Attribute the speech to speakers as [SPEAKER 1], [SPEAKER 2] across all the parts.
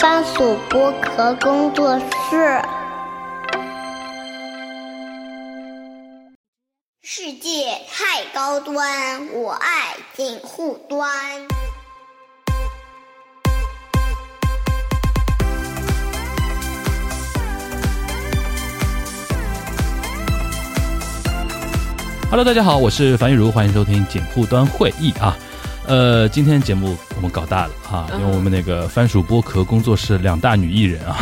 [SPEAKER 1] 番薯剥壳工作室。世界太高端，我爱锦户端。
[SPEAKER 2] Hello，大家好，我是樊玉茹，欢迎收听简户端会议啊。呃，今天节目我们搞大了哈、因为我们那个番薯剥壳工作室两大女艺人啊，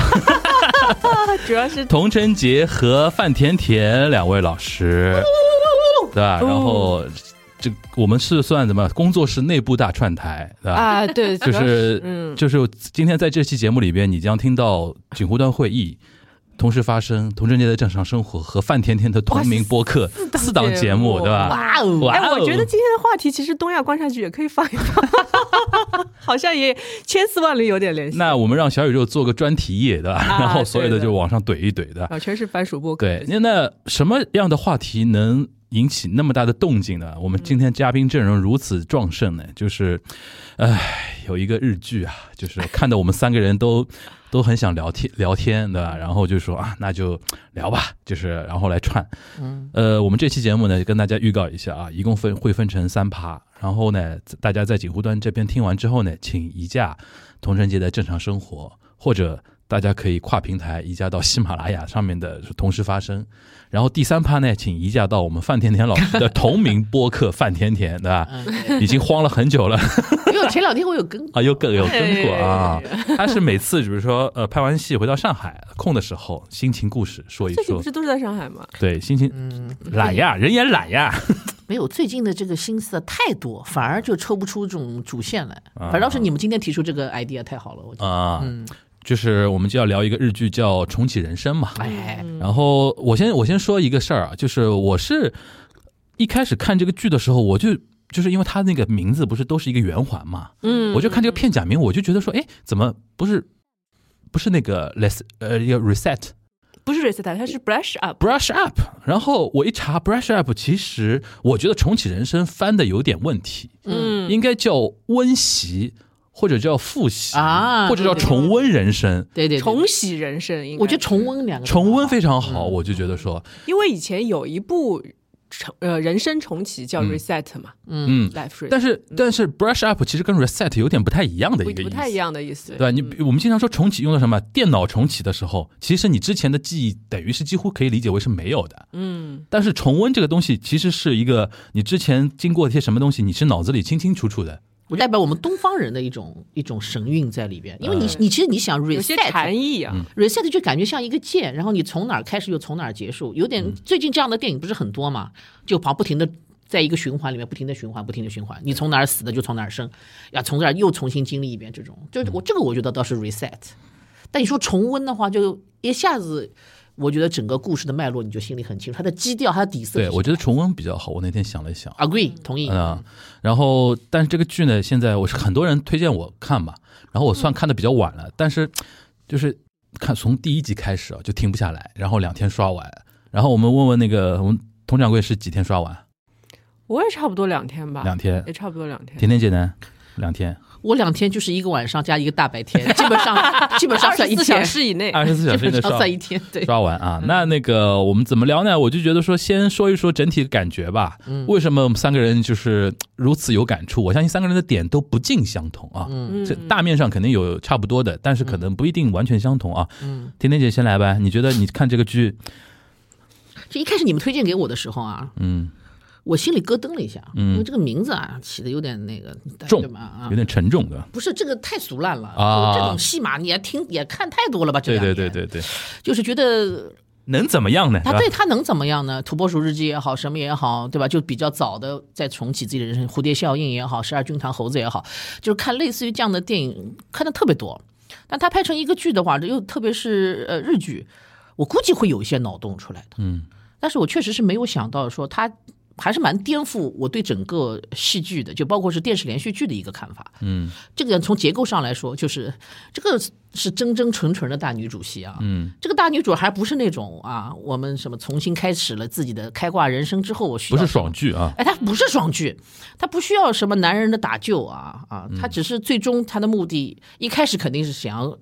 [SPEAKER 3] 主 要是
[SPEAKER 2] 童晨杰和范甜甜两位老师，对吧？然后这我们是算怎么工作室内部大串台，对吧？
[SPEAKER 3] 啊，对，
[SPEAKER 2] 就
[SPEAKER 3] 主要
[SPEAKER 2] 是
[SPEAKER 3] 嗯，
[SPEAKER 2] 就是今天在这期节目里边，你将听到锦湖端会议同时发生童晨杰的正常生活和范甜甜的同名播客四档节目，对吧？
[SPEAKER 3] 哇哦！
[SPEAKER 2] 哇
[SPEAKER 3] 哎，
[SPEAKER 2] 哦
[SPEAKER 3] 我觉得今天的话题其实东亚观察局也可以放一放， 好像也千丝万缕有点联系。
[SPEAKER 2] 那我们让小宇宙做个专题页，对吧？
[SPEAKER 3] 啊
[SPEAKER 2] 然后所有的
[SPEAKER 3] 对的
[SPEAKER 2] 就往上怼一怼的。
[SPEAKER 3] 啊，全是番薯播客。
[SPEAKER 2] 对，那那什么样的话题能引起那么大的动静呢？我们今天嘉宾阵容如此壮盛呢，就是，唉，有一个日剧啊，就是看得我们三个人 都都很想聊天聊天，对吧？然后就说啊，那就聊吧，就是然后来串。
[SPEAKER 3] 嗯，
[SPEAKER 2] 呃，我们这期节目呢，跟大家预告一下啊，一共分会分成三趴。然后呢，大家在锦湖端这边听完之后呢，请移驾童晨杰的正常生活，或者大家可以跨平台移驾到喜马拉雅上面的同时发生。然后第三趴呢，请移驾到我们范甜甜老师的同名播客范甜甜，对吧？已经荒了很久了
[SPEAKER 4] 因为前两哎天我有跟 哎
[SPEAKER 2] 啊，又更有跟过啊。他是每次比如说呃拍完戏回到上海空的时候，心情故事说一
[SPEAKER 3] 最近
[SPEAKER 2] 说
[SPEAKER 3] 不，是都是在上海吗？
[SPEAKER 2] 对，心情
[SPEAKER 4] 嗯，
[SPEAKER 2] 懒呀，人也懒呀。
[SPEAKER 4] 没有最近的这个心思太多，反而就抽不出这种主线来。
[SPEAKER 2] 啊
[SPEAKER 4] 反倒是你们今天提出这个 idea 太好了，我觉得。
[SPEAKER 2] 啊，
[SPEAKER 4] 嗯
[SPEAKER 2] 就是我们就要聊一个日剧叫《重启人生》嘛。
[SPEAKER 4] 哎，
[SPEAKER 2] 然后我先我先说一个事儿啊，就是我是一开始看这个剧的时候，我就就是因为它那个名字不是都是一个圆环嘛，
[SPEAKER 3] 嗯，
[SPEAKER 2] 我就看这个片假名，我就觉得说，哎，怎么不是不是那个 less 呃一个 reset
[SPEAKER 3] 不是 reset，它是 brush up。
[SPEAKER 2] brush up？然后我一查 brush up，其实我觉得《重启人生》翻的有点问题，
[SPEAKER 3] 嗯，
[SPEAKER 2] 应该叫温习。或者叫复习
[SPEAKER 4] 啊
[SPEAKER 2] 或者叫
[SPEAKER 4] 对对
[SPEAKER 2] 重温人生，
[SPEAKER 4] 对对，对
[SPEAKER 3] 重洗人生，应该
[SPEAKER 4] 我觉得重温两个字
[SPEAKER 2] 重温非常好，我就觉得说，
[SPEAKER 3] 因为以前有一部重呃人生重启叫 reset 嘛
[SPEAKER 2] 嗯，
[SPEAKER 3] ，life reset，
[SPEAKER 2] 但是但是 brush up 其实跟 reset 有点不太一样的
[SPEAKER 3] 不
[SPEAKER 2] 一个
[SPEAKER 3] 不
[SPEAKER 2] 意
[SPEAKER 3] 太一
[SPEAKER 2] 思。
[SPEAKER 3] 样的嗯意思，
[SPEAKER 2] 对吧？你我们经常说重启用的什么？电脑重启的时候，其实你之前的记忆等于是几乎可以理解为是没有的。
[SPEAKER 3] 嗯，
[SPEAKER 2] 但是重温这个东西，其实是一个你之前经过一些什么东西，你是脑子里清清楚楚的。
[SPEAKER 4] 我代表我们东方人的一种一种神韵在里边，因为你
[SPEAKER 2] 嗯
[SPEAKER 4] 你其实你想
[SPEAKER 3] 有些
[SPEAKER 4] reset
[SPEAKER 3] 禅意啊，
[SPEAKER 4] reset 就感觉像一个键，然后你从哪儿开始又从哪儿结束，有
[SPEAKER 2] 嗯
[SPEAKER 4] 点最近这样的电影不是很多嘛，就跑不停的在一个循环里面不停的循环，不停的循环，你从哪儿死的就从哪儿生，呀，从这儿又重新经历一遍这种，
[SPEAKER 2] 嗯
[SPEAKER 4] 就是我这个我觉得倒是 reset，但你说重温的话，就一下子我觉得整个故事的脉络你就心里很清楚，它的基调，它的底色。
[SPEAKER 2] 对，我觉得重温比较好。我那天想了想，
[SPEAKER 4] agree 同意，
[SPEAKER 2] 啊，然后但是这个剧呢，现在我是很多人推荐我看嘛，然后我算看的比较晚了，但是就是看从第一集开始啊就停不下来，然后两天刷完，然后我们问问那个我们佟掌柜是几天刷完？
[SPEAKER 3] 我也差不多两天吧，
[SPEAKER 2] 两 天
[SPEAKER 3] 也差不多两天，
[SPEAKER 2] 甜甜姐呢？两天，
[SPEAKER 4] 我两天就是一个晚上加一个大白天，基本上基本 上算一
[SPEAKER 3] 24小
[SPEAKER 4] 天，
[SPEAKER 3] 时以内，
[SPEAKER 2] 二十四小
[SPEAKER 4] 基
[SPEAKER 2] 时内
[SPEAKER 4] 本上
[SPEAKER 2] 刷
[SPEAKER 4] 算一天，对。嗯
[SPEAKER 2] 刷完啊。那那个我们怎么聊呢？我就觉得说，先说一说整体感觉吧。
[SPEAKER 4] 嗯
[SPEAKER 2] 为什么我们三个人就是如此有感触？我相信三个人的点都不尽相同啊。
[SPEAKER 4] 嗯
[SPEAKER 2] 这大面上肯定有差不多的，但是可能不一定完全相同啊。嗯，甜甜姐先来呗，你觉得你看这个剧，
[SPEAKER 4] 就一开始你们推荐给我的时候啊，
[SPEAKER 2] 嗯，
[SPEAKER 4] 我心里咯噔了一下，
[SPEAKER 2] 嗯
[SPEAKER 4] 因为这个名字啊起的有点那个
[SPEAKER 2] 重
[SPEAKER 4] 对吧啊
[SPEAKER 2] 有，点沉重的。
[SPEAKER 4] 不是这个太俗烂了
[SPEAKER 2] 啊
[SPEAKER 4] 就这种戏码你也听也看太多了吧？这
[SPEAKER 2] 对
[SPEAKER 4] 两
[SPEAKER 2] 对
[SPEAKER 4] 年
[SPEAKER 2] 对，对对，
[SPEAKER 4] 就是觉得
[SPEAKER 2] 能怎么样呢？
[SPEAKER 4] 他
[SPEAKER 2] 吧
[SPEAKER 4] 对他能怎么样呢？土拨鼠日记也好，什么也好，对吧？就比较早的在重启自己的人生，蝴蝶效应也好，十二军团猴子也好，就是看类似于这样的电影看的特别多。但他拍成一个剧的话，又特别是呃日剧，我估计会有一些脑洞出来的。
[SPEAKER 2] 嗯，
[SPEAKER 4] 但是我确实是没有想到说他。还是蛮颠覆我对整个戏剧的，就包括是电视连续剧的一个看法。
[SPEAKER 2] 嗯
[SPEAKER 4] 这个从结构上来说，就是这个是真真纯纯的大女主戏啊。
[SPEAKER 2] 嗯，
[SPEAKER 4] 这个大女主还不是那种啊，我们什么重新开始了自己的开挂人生之后，我需
[SPEAKER 2] 不
[SPEAKER 4] 要
[SPEAKER 2] 是爽剧啊。
[SPEAKER 4] 哎，她不是爽剧，她不需要
[SPEAKER 2] 嗯
[SPEAKER 4] 什么男人的打救啊啊，她只是最终她的目的，一开始肯定是想要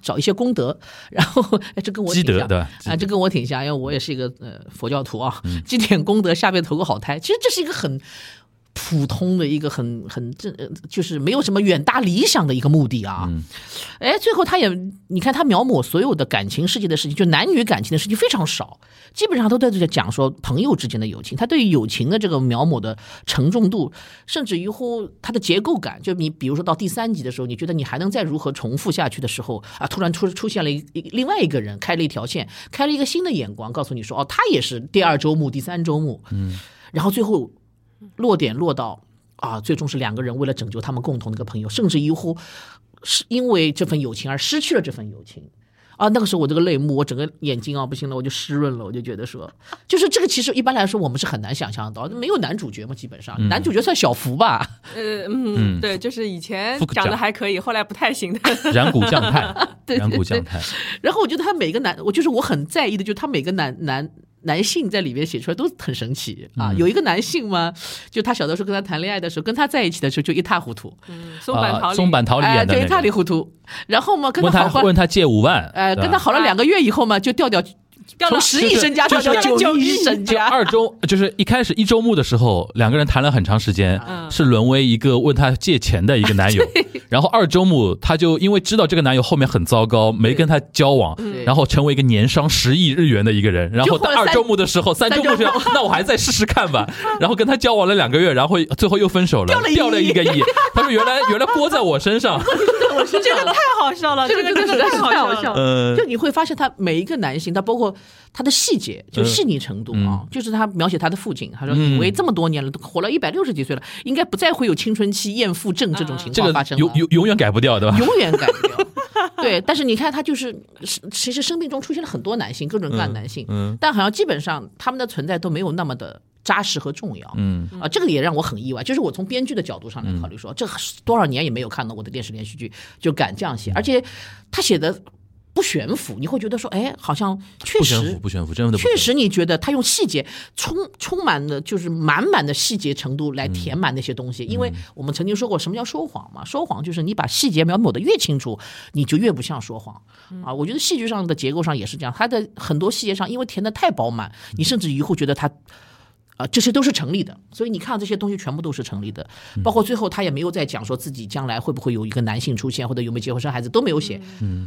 [SPEAKER 4] 找一些功德，然后哎这跟我
[SPEAKER 2] 积
[SPEAKER 4] 挺
[SPEAKER 2] 德嗯
[SPEAKER 4] 像
[SPEAKER 2] 对吧积
[SPEAKER 4] 啊，这跟我挺像，因为我也是一个呃佛教徒啊，积点功德，下辈子投个好胎。其实这是一个很普通的一个很很正，呃就是没有什么远大理想的一个目的啊。
[SPEAKER 2] 嗯
[SPEAKER 4] 哎，最后他也，你看他描摹所有的感情世界的事情，就男女感情的事情非常少，基本上都在这讲说朋友之间的友情。他对于友情的这个描摹的沉重度，甚至于乎它的结构感，就你比如说到第三集的时候，你觉得你还能再如何重复下去的时候啊，突然出出现了一一另外一个人，开了一条线，开了一个新的眼光，告诉你说，哦，他也是第二周目、第三周目，嗯，然后最后落点落到啊，最终是两个人为了拯救他们共同的一个朋友，甚至于乎是因为这份友情而失去了这份友情。啊，那个时候我这个泪目，我整个眼睛啊不行了，我就湿润了，我就觉得说，就是这个其实一般来说我们是很难想象到，没有男主角嘛，基本
[SPEAKER 2] 嗯
[SPEAKER 4] 上男主角算小福吧，
[SPEAKER 3] 呃嗯，对，就是以前
[SPEAKER 2] 复个
[SPEAKER 3] 长得
[SPEAKER 2] 长
[SPEAKER 3] 还可以，后来不太行的。
[SPEAKER 2] 嗯染骨将 太，
[SPEAKER 3] 对对
[SPEAKER 2] 染骨
[SPEAKER 3] 对
[SPEAKER 2] 将太，
[SPEAKER 4] 然后我觉得他每个男，我就是我很在意的，就是他每个男男男性在里面写出来都很神奇啊。
[SPEAKER 2] 嗯
[SPEAKER 4] 有一个男性嘛，就他小的时候跟他谈恋爱的时候，跟他在一起的时候就一塌糊涂，
[SPEAKER 3] 嗯松坂桃
[SPEAKER 2] 啊
[SPEAKER 3] 李，
[SPEAKER 2] 松坂桃李
[SPEAKER 4] 哎，
[SPEAKER 2] 演的
[SPEAKER 4] 就一
[SPEAKER 2] 那
[SPEAKER 4] 塌里
[SPEAKER 2] 个，
[SPEAKER 4] 糊涂。然后嘛，跟
[SPEAKER 2] 问
[SPEAKER 4] 他
[SPEAKER 2] 他
[SPEAKER 4] 好过，
[SPEAKER 2] 问他借五万，
[SPEAKER 4] 呃，
[SPEAKER 2] 对吧
[SPEAKER 4] 跟他好了两个月以后嘛，就掉掉
[SPEAKER 3] 掉
[SPEAKER 4] 从
[SPEAKER 3] 了
[SPEAKER 4] 十亿身家掉
[SPEAKER 2] 就是
[SPEAKER 4] 到九亿身
[SPEAKER 2] 就
[SPEAKER 4] 家。
[SPEAKER 2] 二周，就是一开始一周目的时候，两个人谈了很长时间，
[SPEAKER 3] 嗯
[SPEAKER 2] 是沦为一个问他借钱的一个 男友。然后二周目，他就因为知道这个男友后面很糟糕，没跟他交往，
[SPEAKER 4] 对
[SPEAKER 2] 然后成为一个年商十亿日元的一个人。然后到
[SPEAKER 4] 嗯就换
[SPEAKER 2] 二
[SPEAKER 4] 了三
[SPEAKER 2] 周目的时候，三周目就要那我还再试试看 吧。然后跟他交往了两个月，然后最后又分手了，掉
[SPEAKER 4] 了一亿
[SPEAKER 2] 一个亿。他说原来原来锅在我身 上，
[SPEAKER 3] 这个太好笑了，
[SPEAKER 4] 这个
[SPEAKER 3] 个
[SPEAKER 4] 真的
[SPEAKER 3] 真
[SPEAKER 4] 是
[SPEAKER 3] 的
[SPEAKER 4] 太好笑
[SPEAKER 3] 笑
[SPEAKER 4] 了
[SPEAKER 3] 了。
[SPEAKER 2] 呃
[SPEAKER 4] 就，你会发现，他每一个男性，他包括他的细节，就
[SPEAKER 2] 嗯
[SPEAKER 4] 细腻程度啊，就是他描写他的父亲，他说以为这么多年了，都活了一百六十几岁了，应该不再会有青春期厌父症这种情
[SPEAKER 2] 啊这
[SPEAKER 4] 况
[SPEAKER 2] 个
[SPEAKER 4] 发生了，
[SPEAKER 2] 永永永远改不掉，对 吧？
[SPEAKER 4] 永远改不 掉。对，但是你看，他就是是其实生命中出现了很多男性，各种各样的男性，
[SPEAKER 2] 嗯
[SPEAKER 4] 但好像基本上他们的存在都没有那么的扎实和重要。
[SPEAKER 2] 嗯，
[SPEAKER 4] 啊，这个也让我很意外。就是我从编剧的角度上来考虑说，这多少年也没有看到过的电视连续剧就敢这样写，而且他写的不悬浮，你会觉得说，哎，好像确
[SPEAKER 2] 不悬浮，
[SPEAKER 4] 实。
[SPEAKER 2] 不悬浮，真的不悬
[SPEAKER 4] 确
[SPEAKER 2] 浮
[SPEAKER 4] 实，你觉得他用细节充充满了，就是满满的细节程度
[SPEAKER 2] 嗯
[SPEAKER 4] 来填满那些东西。因为我们曾经说过，什么叫说谎嘛？说谎就是你把细节描摹的越清楚，你就越不像说谎
[SPEAKER 2] 嗯
[SPEAKER 4] 啊。我觉得戏剧上的结构上也是这样，它的很多细节上因为填的太饱满，
[SPEAKER 2] 嗯
[SPEAKER 4] 你甚至于会觉得它啊，这些都是成立的。所以你看这些东西全部都是成立的，包括最后他也没有再讲说自己将来会不会有一个男性出现，或者有没有结婚生孩子都没有写，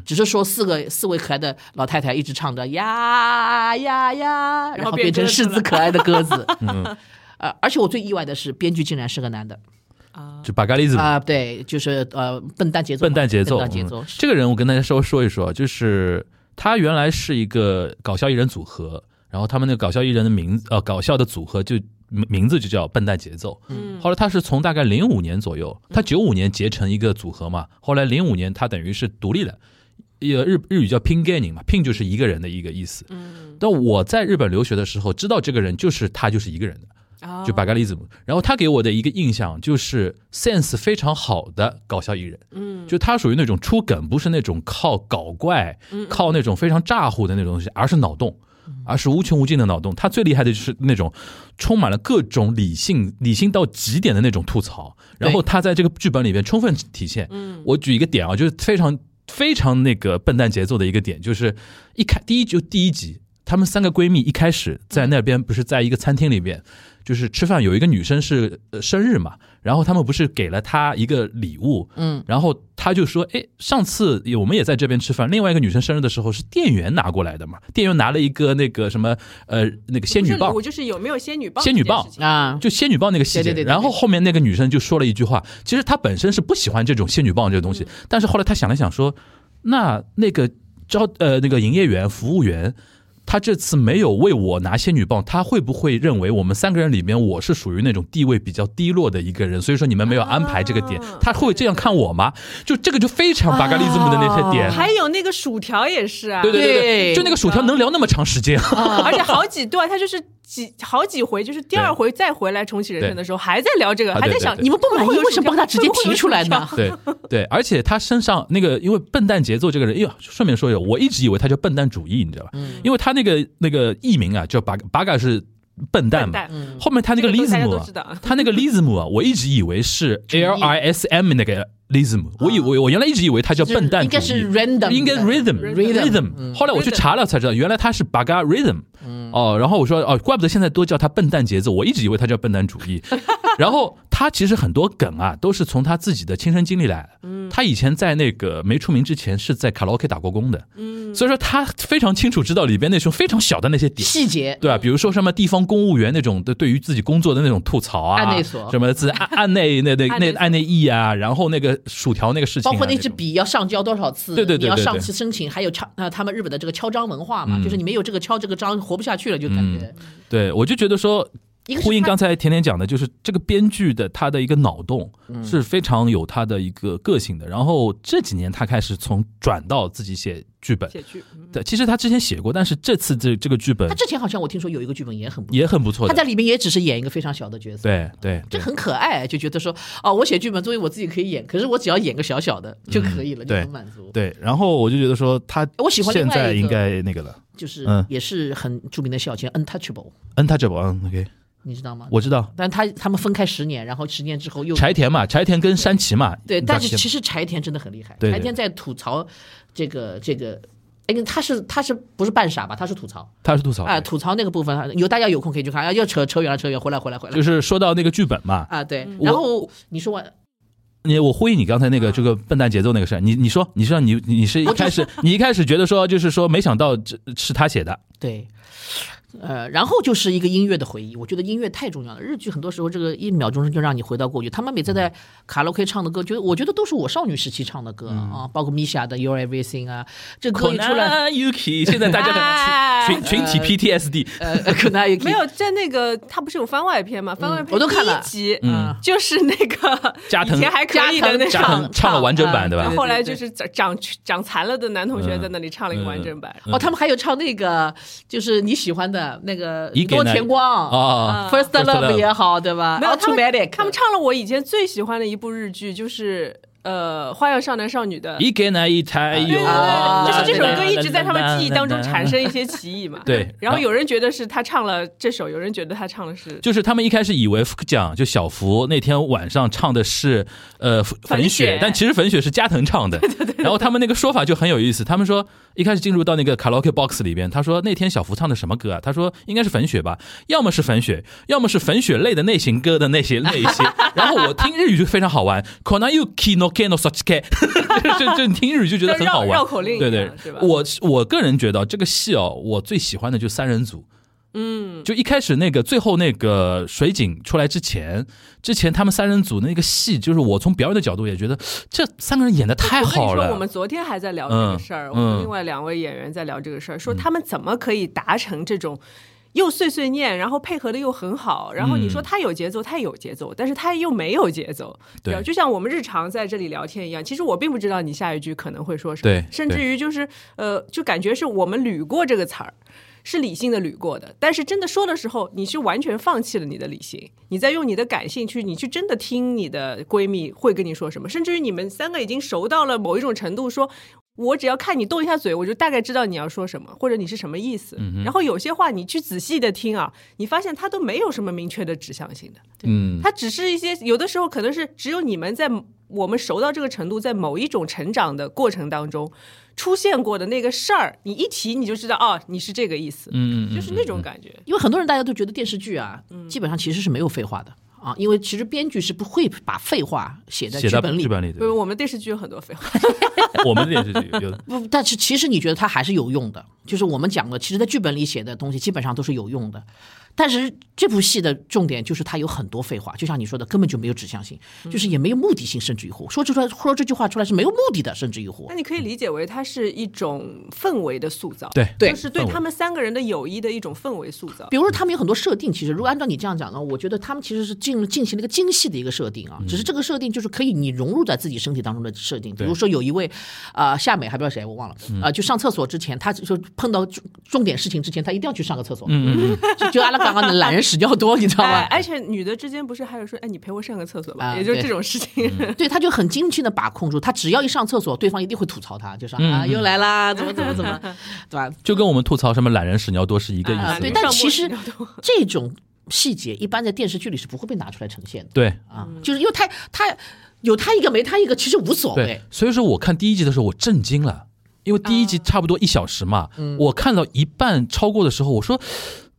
[SPEAKER 4] 只是说四个四位可爱的老太太一直唱着呀呀呀，然
[SPEAKER 3] 然
[SPEAKER 4] 后
[SPEAKER 3] 后
[SPEAKER 4] 变
[SPEAKER 3] 变
[SPEAKER 4] 成
[SPEAKER 3] 鸽
[SPEAKER 4] 狮
[SPEAKER 3] 子
[SPEAKER 4] 子
[SPEAKER 3] 了
[SPEAKER 4] 可爱的鸽子。呃，而且我最意外的是，编剧竟然是个男的
[SPEAKER 2] 就巴嘎利子嘛
[SPEAKER 4] 啊、对，就是呃，笨蛋节奏嘛，
[SPEAKER 2] 笨蛋节奏，
[SPEAKER 4] 笨蛋节奏
[SPEAKER 2] 嗯，这个人我跟大家稍微说一说，就是他原来是一个搞笑艺人组合，然后他们那个搞笑艺人的名字呃搞笑的组合就名名字就叫笨蛋节奏。
[SPEAKER 3] 嗯
[SPEAKER 2] 后来他是从大概零五年左右，
[SPEAKER 4] 嗯
[SPEAKER 2] 他九五年结成一个组合嘛，后来零五年他等于是独立了。也日日语叫 pin gaining 嘛，pin 就是一个人的一个意思。
[SPEAKER 3] 嗯，
[SPEAKER 2] 但我在日本留学的时候，知道这个人就是他，就是一个人的。呃就巴
[SPEAKER 3] 把
[SPEAKER 2] 嘎利兹姆。然后他给我的一个印象就是 sense 非常好的搞笑艺人，嗯，就他属于那种出梗，不是那种靠搞怪、靠那种非常咋呼的那种东西，而是脑洞。而是无穷无尽的脑洞，他最厉害的就是那种充满了各种理性、理性到极点的那种吐槽，然后他在这个剧本里边充分体现。嗯，我举一个点啊，就是非常非常那个笨蛋节奏的一个点，就是一开第一就第一集，她们三个闺蜜一开始在那边不是在一个餐厅里面，就是吃饭，有一个女生是呃生日嘛，然后她们不是给了她一个礼物，
[SPEAKER 4] 嗯，
[SPEAKER 2] 然后她就说，哎，上次我们也在这边吃饭，另外一个女生生日的时候是店员拿过来的嘛，店员拿了一个那个什么呃那个仙女棒
[SPEAKER 3] 我，就是有没有仙女棒？
[SPEAKER 2] 仙女棒
[SPEAKER 4] 啊，
[SPEAKER 2] 就仙女棒那个细节，
[SPEAKER 4] 对对对对对
[SPEAKER 2] 然后后面那个女生就说了一句话，其实她本身是不喜欢这种仙女棒这个东
[SPEAKER 4] 嗯
[SPEAKER 2] 西，但是后来她想了想说，那那个招呃那个营业员服务员。他这次没有为我拿仙女棒，他会不会认为我们三个人里面我是属于那种地位比较低落的一个人？所以说你们没有安排这个点
[SPEAKER 3] 啊，
[SPEAKER 2] 他会这样看我吗？就这个就非常巴嘎利兹姆的那些点，
[SPEAKER 3] 啊还有那个薯条也是啊，
[SPEAKER 2] 对对
[SPEAKER 4] 对啊
[SPEAKER 2] 对，就那个薯条能聊那么长时间，
[SPEAKER 3] 而且好几段，他就是几好几回，就是第二回再回来重启人生的时候，还在聊这个，
[SPEAKER 2] 啊对
[SPEAKER 3] 还在
[SPEAKER 2] 对
[SPEAKER 3] 想
[SPEAKER 2] 对
[SPEAKER 4] 你们不满
[SPEAKER 3] 会
[SPEAKER 4] 意
[SPEAKER 3] 有
[SPEAKER 4] 为什么帮他直接
[SPEAKER 3] 薯条
[SPEAKER 4] 提出来呢？？
[SPEAKER 2] 对对，而且他身上那个，因为笨蛋节奏这个人，哎呦，顺便
[SPEAKER 3] 嗯
[SPEAKER 2] 说一下，我一直以为他叫笨蛋主义，你知道吧？因为他那个那个艺名啊，叫巴巴嘎是笨蛋
[SPEAKER 3] 笨
[SPEAKER 2] 嘛
[SPEAKER 3] 蛋。嗯
[SPEAKER 2] 后面他那个
[SPEAKER 3] 这个都大家
[SPEAKER 2] lism，
[SPEAKER 3] 都
[SPEAKER 2] 啊
[SPEAKER 3] 知道
[SPEAKER 2] 他那个 lism，啊我一直以为是 L I S M 那个 lism，我以我我原来一直以为它叫笨蛋
[SPEAKER 4] 应
[SPEAKER 2] 主义，
[SPEAKER 4] 该是 random，
[SPEAKER 2] 应该 rhythm
[SPEAKER 4] rhythm，
[SPEAKER 2] rhythm。后来我去查了才知道，原来它是 Baga rhythm。哦，然后我说哦，怪不得现在都叫它笨蛋节奏，我一直以为它叫笨蛋主义。然后他其实很多梗啊，都是从他自己的亲身经历来的。他以前在那个没出名之前是在卡拉 OK 打过工的，所以说他非常清楚知道里边那种非常小的那些点。
[SPEAKER 4] 细节，
[SPEAKER 2] 对啊，比如说什么地方公务员那种的，对于自己工作的那种吐槽啊，
[SPEAKER 4] 按内所
[SPEAKER 2] 什么自按按内那那
[SPEAKER 3] 按
[SPEAKER 2] 那
[SPEAKER 3] 内所
[SPEAKER 2] 按内意啊，然后那个薯条那个事情、
[SPEAKER 4] 包
[SPEAKER 2] 啊，
[SPEAKER 4] 括那
[SPEAKER 2] 种
[SPEAKER 4] 支笔要上交多少次，
[SPEAKER 2] 对对对
[SPEAKER 4] 你要
[SPEAKER 2] 对嗯
[SPEAKER 4] 上
[SPEAKER 2] 对
[SPEAKER 4] 去申请，还有敲啊，他们日本的这个敲章文化嘛，就是你没有这个敲这个章活不下去了，就感觉
[SPEAKER 2] 对，我就觉得说
[SPEAKER 4] 一个，是
[SPEAKER 2] 呼应
[SPEAKER 4] 他
[SPEAKER 2] 刚才甜甜讲的，就是这个编剧的他的一个脑洞是非常有他的一个个性的。然后这几年他开始从转到自己写剧本，
[SPEAKER 3] 写剧，嗯
[SPEAKER 2] 对，其实他之前写过，但是这次这这个剧本
[SPEAKER 4] 他之前好像我听说有一个剧本也很不错，
[SPEAKER 2] 也很不错
[SPEAKER 4] 他在
[SPEAKER 2] 的，
[SPEAKER 4] 里面也只是演一个非常小的角色，
[SPEAKER 2] 对对
[SPEAKER 4] 这
[SPEAKER 2] 对。
[SPEAKER 4] 很可爱，就觉得说哦，我写剧本作为我自己可以演，可是我只要演个小小的就可以了，就
[SPEAKER 2] 嗯对
[SPEAKER 4] 很满足。
[SPEAKER 2] 对，然后我就觉得说他
[SPEAKER 4] 我喜欢另
[SPEAKER 2] 现
[SPEAKER 4] 外
[SPEAKER 2] 在
[SPEAKER 4] 一
[SPEAKER 2] 应
[SPEAKER 4] 个
[SPEAKER 2] 该那个了
[SPEAKER 4] 就是
[SPEAKER 2] 嗯
[SPEAKER 4] 也是很著名的小前 Untouchable，
[SPEAKER 2] ，untouchable，嗯，OK，
[SPEAKER 4] 你知道吗？
[SPEAKER 2] 我知道
[SPEAKER 4] 但他他们分开十年，然后十年之后又
[SPEAKER 2] 柴田嘛，柴田跟山崎嘛，
[SPEAKER 4] 对，
[SPEAKER 2] 你
[SPEAKER 4] 但
[SPEAKER 2] 知道
[SPEAKER 4] 是其实柴田真的很厉害，
[SPEAKER 2] 对对
[SPEAKER 4] 柴田在吐槽这个这个。哎，他是他是不是扮傻吧？他是吐槽，
[SPEAKER 2] 他是吐槽，
[SPEAKER 4] 啊，吐槽那个部分有大家有空可以去看啊，又扯扯远了，扯远，回来回来回来
[SPEAKER 2] 就是说到那个剧本嘛，
[SPEAKER 4] 啊，对。
[SPEAKER 2] 我
[SPEAKER 4] 然后你说我
[SPEAKER 2] 你我呼应你刚才那个这个笨蛋节奏那个事儿，你你说你说你你你是一开始你一开始觉得说就是说没想到这是他写的，
[SPEAKER 4] 对，呃，然后就是一个音乐的回忆。我觉得音乐太重要了。日剧很多时候这个一秒钟就让你回到过去。他们每次
[SPEAKER 2] 嗯
[SPEAKER 4] 在卡拉 OK 唱的歌，觉得我觉得都是我少女时期唱的歌、啊，
[SPEAKER 2] 嗯
[SPEAKER 4] 包括 Misha 的 Your Everything 啊，这歌一出来，
[SPEAKER 2] Yuki，现在大家的群群群体 PTSD，
[SPEAKER 4] 呃，可能
[SPEAKER 3] 没有在那个他不是有番外篇吗？番外篇
[SPEAKER 4] 嗯我都看了
[SPEAKER 3] 第一集，
[SPEAKER 4] 嗯
[SPEAKER 3] 就是那个
[SPEAKER 2] 加藤
[SPEAKER 3] 以前还可以的那
[SPEAKER 2] 加
[SPEAKER 3] 个。嗯
[SPEAKER 2] 藤唱了完整版对吧嗯
[SPEAKER 3] 后来就是长长长残了的男同学在那里唱了一个完整版，
[SPEAKER 4] 哦，他们还有唱那个，就是你喜欢的那个
[SPEAKER 2] 伊给
[SPEAKER 4] 多
[SPEAKER 2] 奈
[SPEAKER 4] 田光
[SPEAKER 2] 哦
[SPEAKER 4] 啊，First
[SPEAKER 2] First Love
[SPEAKER 4] Love 也好，对吧？
[SPEAKER 3] 没有他
[SPEAKER 4] t o
[SPEAKER 3] 们
[SPEAKER 4] m a t i c
[SPEAKER 3] 他们唱了我以前最喜欢的一部日剧，就是呃《花样少男少女》的。
[SPEAKER 2] 一给那一台
[SPEAKER 3] 对
[SPEAKER 2] 有
[SPEAKER 3] 对
[SPEAKER 4] 啊
[SPEAKER 3] 对，就是这首歌一直在他们记忆当中产生一些歧义嘛。
[SPEAKER 2] 对
[SPEAKER 3] 然后有人觉得是他唱了这首，有人觉得他唱的是
[SPEAKER 2] 就是他们一开始以为福讲就小福那天晚上唱的是 呃粉
[SPEAKER 3] 粉雪
[SPEAKER 2] 但其实粉雪是加藤唱的。然后他们那个说法就很有意思，他们说一开始进入到那个卡拉 OK box 里边，他说那天小福唱的什么歌啊？他说应该是粉雪吧，要么是粉雪，要么是粉雪类的类型歌的那些那一 些。然后我听日语就非常好玩，Konayuki no k e no s o c h i k 就就你听日语就觉得很好玩，
[SPEAKER 3] 绕绕口令一样
[SPEAKER 2] 对对
[SPEAKER 3] 是吧
[SPEAKER 2] 我我个人觉得这个戏哦，我最喜欢的就是三人组。就一开始那个最后那个水井出来之前，之前他们三人组那个戏，就是我从表演的角度也觉得这三个人演的太好
[SPEAKER 3] 我跟你
[SPEAKER 2] 了。
[SPEAKER 3] 说，我们昨天还在聊这个事
[SPEAKER 2] 嗯
[SPEAKER 3] 儿，我跟另外两位演员在聊这个事儿，说他们怎么可以达成这种。又碎碎念，然后配合的又很好，然后你
[SPEAKER 2] 嗯
[SPEAKER 3] 说他有节奏，他也有节奏，但是他又没有节奏，
[SPEAKER 2] 对
[SPEAKER 3] 吧就像我们日常在这里聊天一样，其实我并不知道你下一句可能会说什么，
[SPEAKER 2] 对
[SPEAKER 3] 甚至于就是呃，就感觉是我们捋过这个词儿，是理性的捋过的，但是真的说的时候，你是完全放弃了你的理性，你在用你的感性去，你去真的听你的闺蜜会跟你说什么，甚至于你们三个已经熟到了某一种程度，说。我只要看你动一下嘴，我就大概知道你要说什么，或者你是什么意思。
[SPEAKER 2] 嗯
[SPEAKER 3] 然后有些话你去仔细的听啊，你发现它都没有什么明确的指向性的。
[SPEAKER 2] 嗯，
[SPEAKER 3] 它只是一些有的时候可能是只有你们在某我们熟到这个程度，在某一种成长的过程当中出现过的那个事儿，你一提你就知道哦，你是这个意思，
[SPEAKER 2] 嗯嗯嗯
[SPEAKER 3] 就是那种感觉。
[SPEAKER 4] 因为很多人大家都觉得电视剧啊，
[SPEAKER 3] 嗯
[SPEAKER 4] 基本上其实是没有废话的啊，因为其实编剧是不会把废话写在
[SPEAKER 2] 写
[SPEAKER 4] 剧
[SPEAKER 2] 到
[SPEAKER 4] 本里
[SPEAKER 2] 剧。本里
[SPEAKER 3] 不是，
[SPEAKER 2] 的，
[SPEAKER 3] 我们电视剧有很多废话，
[SPEAKER 2] 我们也是有
[SPEAKER 4] 不，但是其实你觉得它还是有用的，就是我们讲的，其实在剧本里写的东西基本上都是有用的。但是这部戏的重点就是它有很多废话，就像你说的，根本就没有指向性，
[SPEAKER 3] 嗯
[SPEAKER 4] 就是也没有目的性，甚至于乎说出来说这句话出来是没有目的的，甚至于乎
[SPEAKER 3] 那。你可以理解为它是一种氛围的塑造，
[SPEAKER 2] 对
[SPEAKER 4] 对
[SPEAKER 3] 就是对
[SPEAKER 2] 氛围
[SPEAKER 3] 他们三个人的友谊的一种氛围塑造。
[SPEAKER 4] 比如说他们有很多设定，其实如果按照你这样讲呢，我觉得他们其实是进进行了一个精细的一个设定啊，只是这个设定就是可以你融入在自己身体当中的设定。比如说有一位，啊夏美还不知道谁，我忘了，呃 啊、就上厕所之前，他就碰到重重点事情之前，他一定要去上个厕所，嗯嗯，就阿拉嘎刚刚的懒人屎尿多，你知道
[SPEAKER 3] 哎
[SPEAKER 4] 吗，？
[SPEAKER 3] 而且女的之间不是还有说，哎，你陪我上个厕所吧，
[SPEAKER 4] 啊
[SPEAKER 3] 也就
[SPEAKER 4] 对
[SPEAKER 3] 这种事
[SPEAKER 2] 嗯
[SPEAKER 3] 情。
[SPEAKER 4] 对，他就很精确的把控住，他只要一上厕所，对方一定会吐槽他，就是
[SPEAKER 2] 嗯
[SPEAKER 4] 啊
[SPEAKER 2] 嗯
[SPEAKER 4] 又来啦，怎么怎么怎么，对吧？
[SPEAKER 2] 就跟我们吐槽什么懒人屎尿多是一个意思
[SPEAKER 3] 啊
[SPEAKER 2] 嘛。
[SPEAKER 4] 对，
[SPEAKER 3] 没
[SPEAKER 4] 但
[SPEAKER 3] 上
[SPEAKER 4] 其
[SPEAKER 3] 过
[SPEAKER 4] 实
[SPEAKER 3] 屎尿多
[SPEAKER 4] 这种细节一般在电视剧里是不会被拿出来呈现的
[SPEAKER 2] 对
[SPEAKER 4] 啊，就是因为他他有他一个没他一个，其实无所
[SPEAKER 2] 对
[SPEAKER 4] 谓，，啊
[SPEAKER 2] 所以说我看第一集的时候我震惊了，因为第一集差不多一小时嘛，
[SPEAKER 4] 嗯
[SPEAKER 2] 我看到一半超过的时候，我说。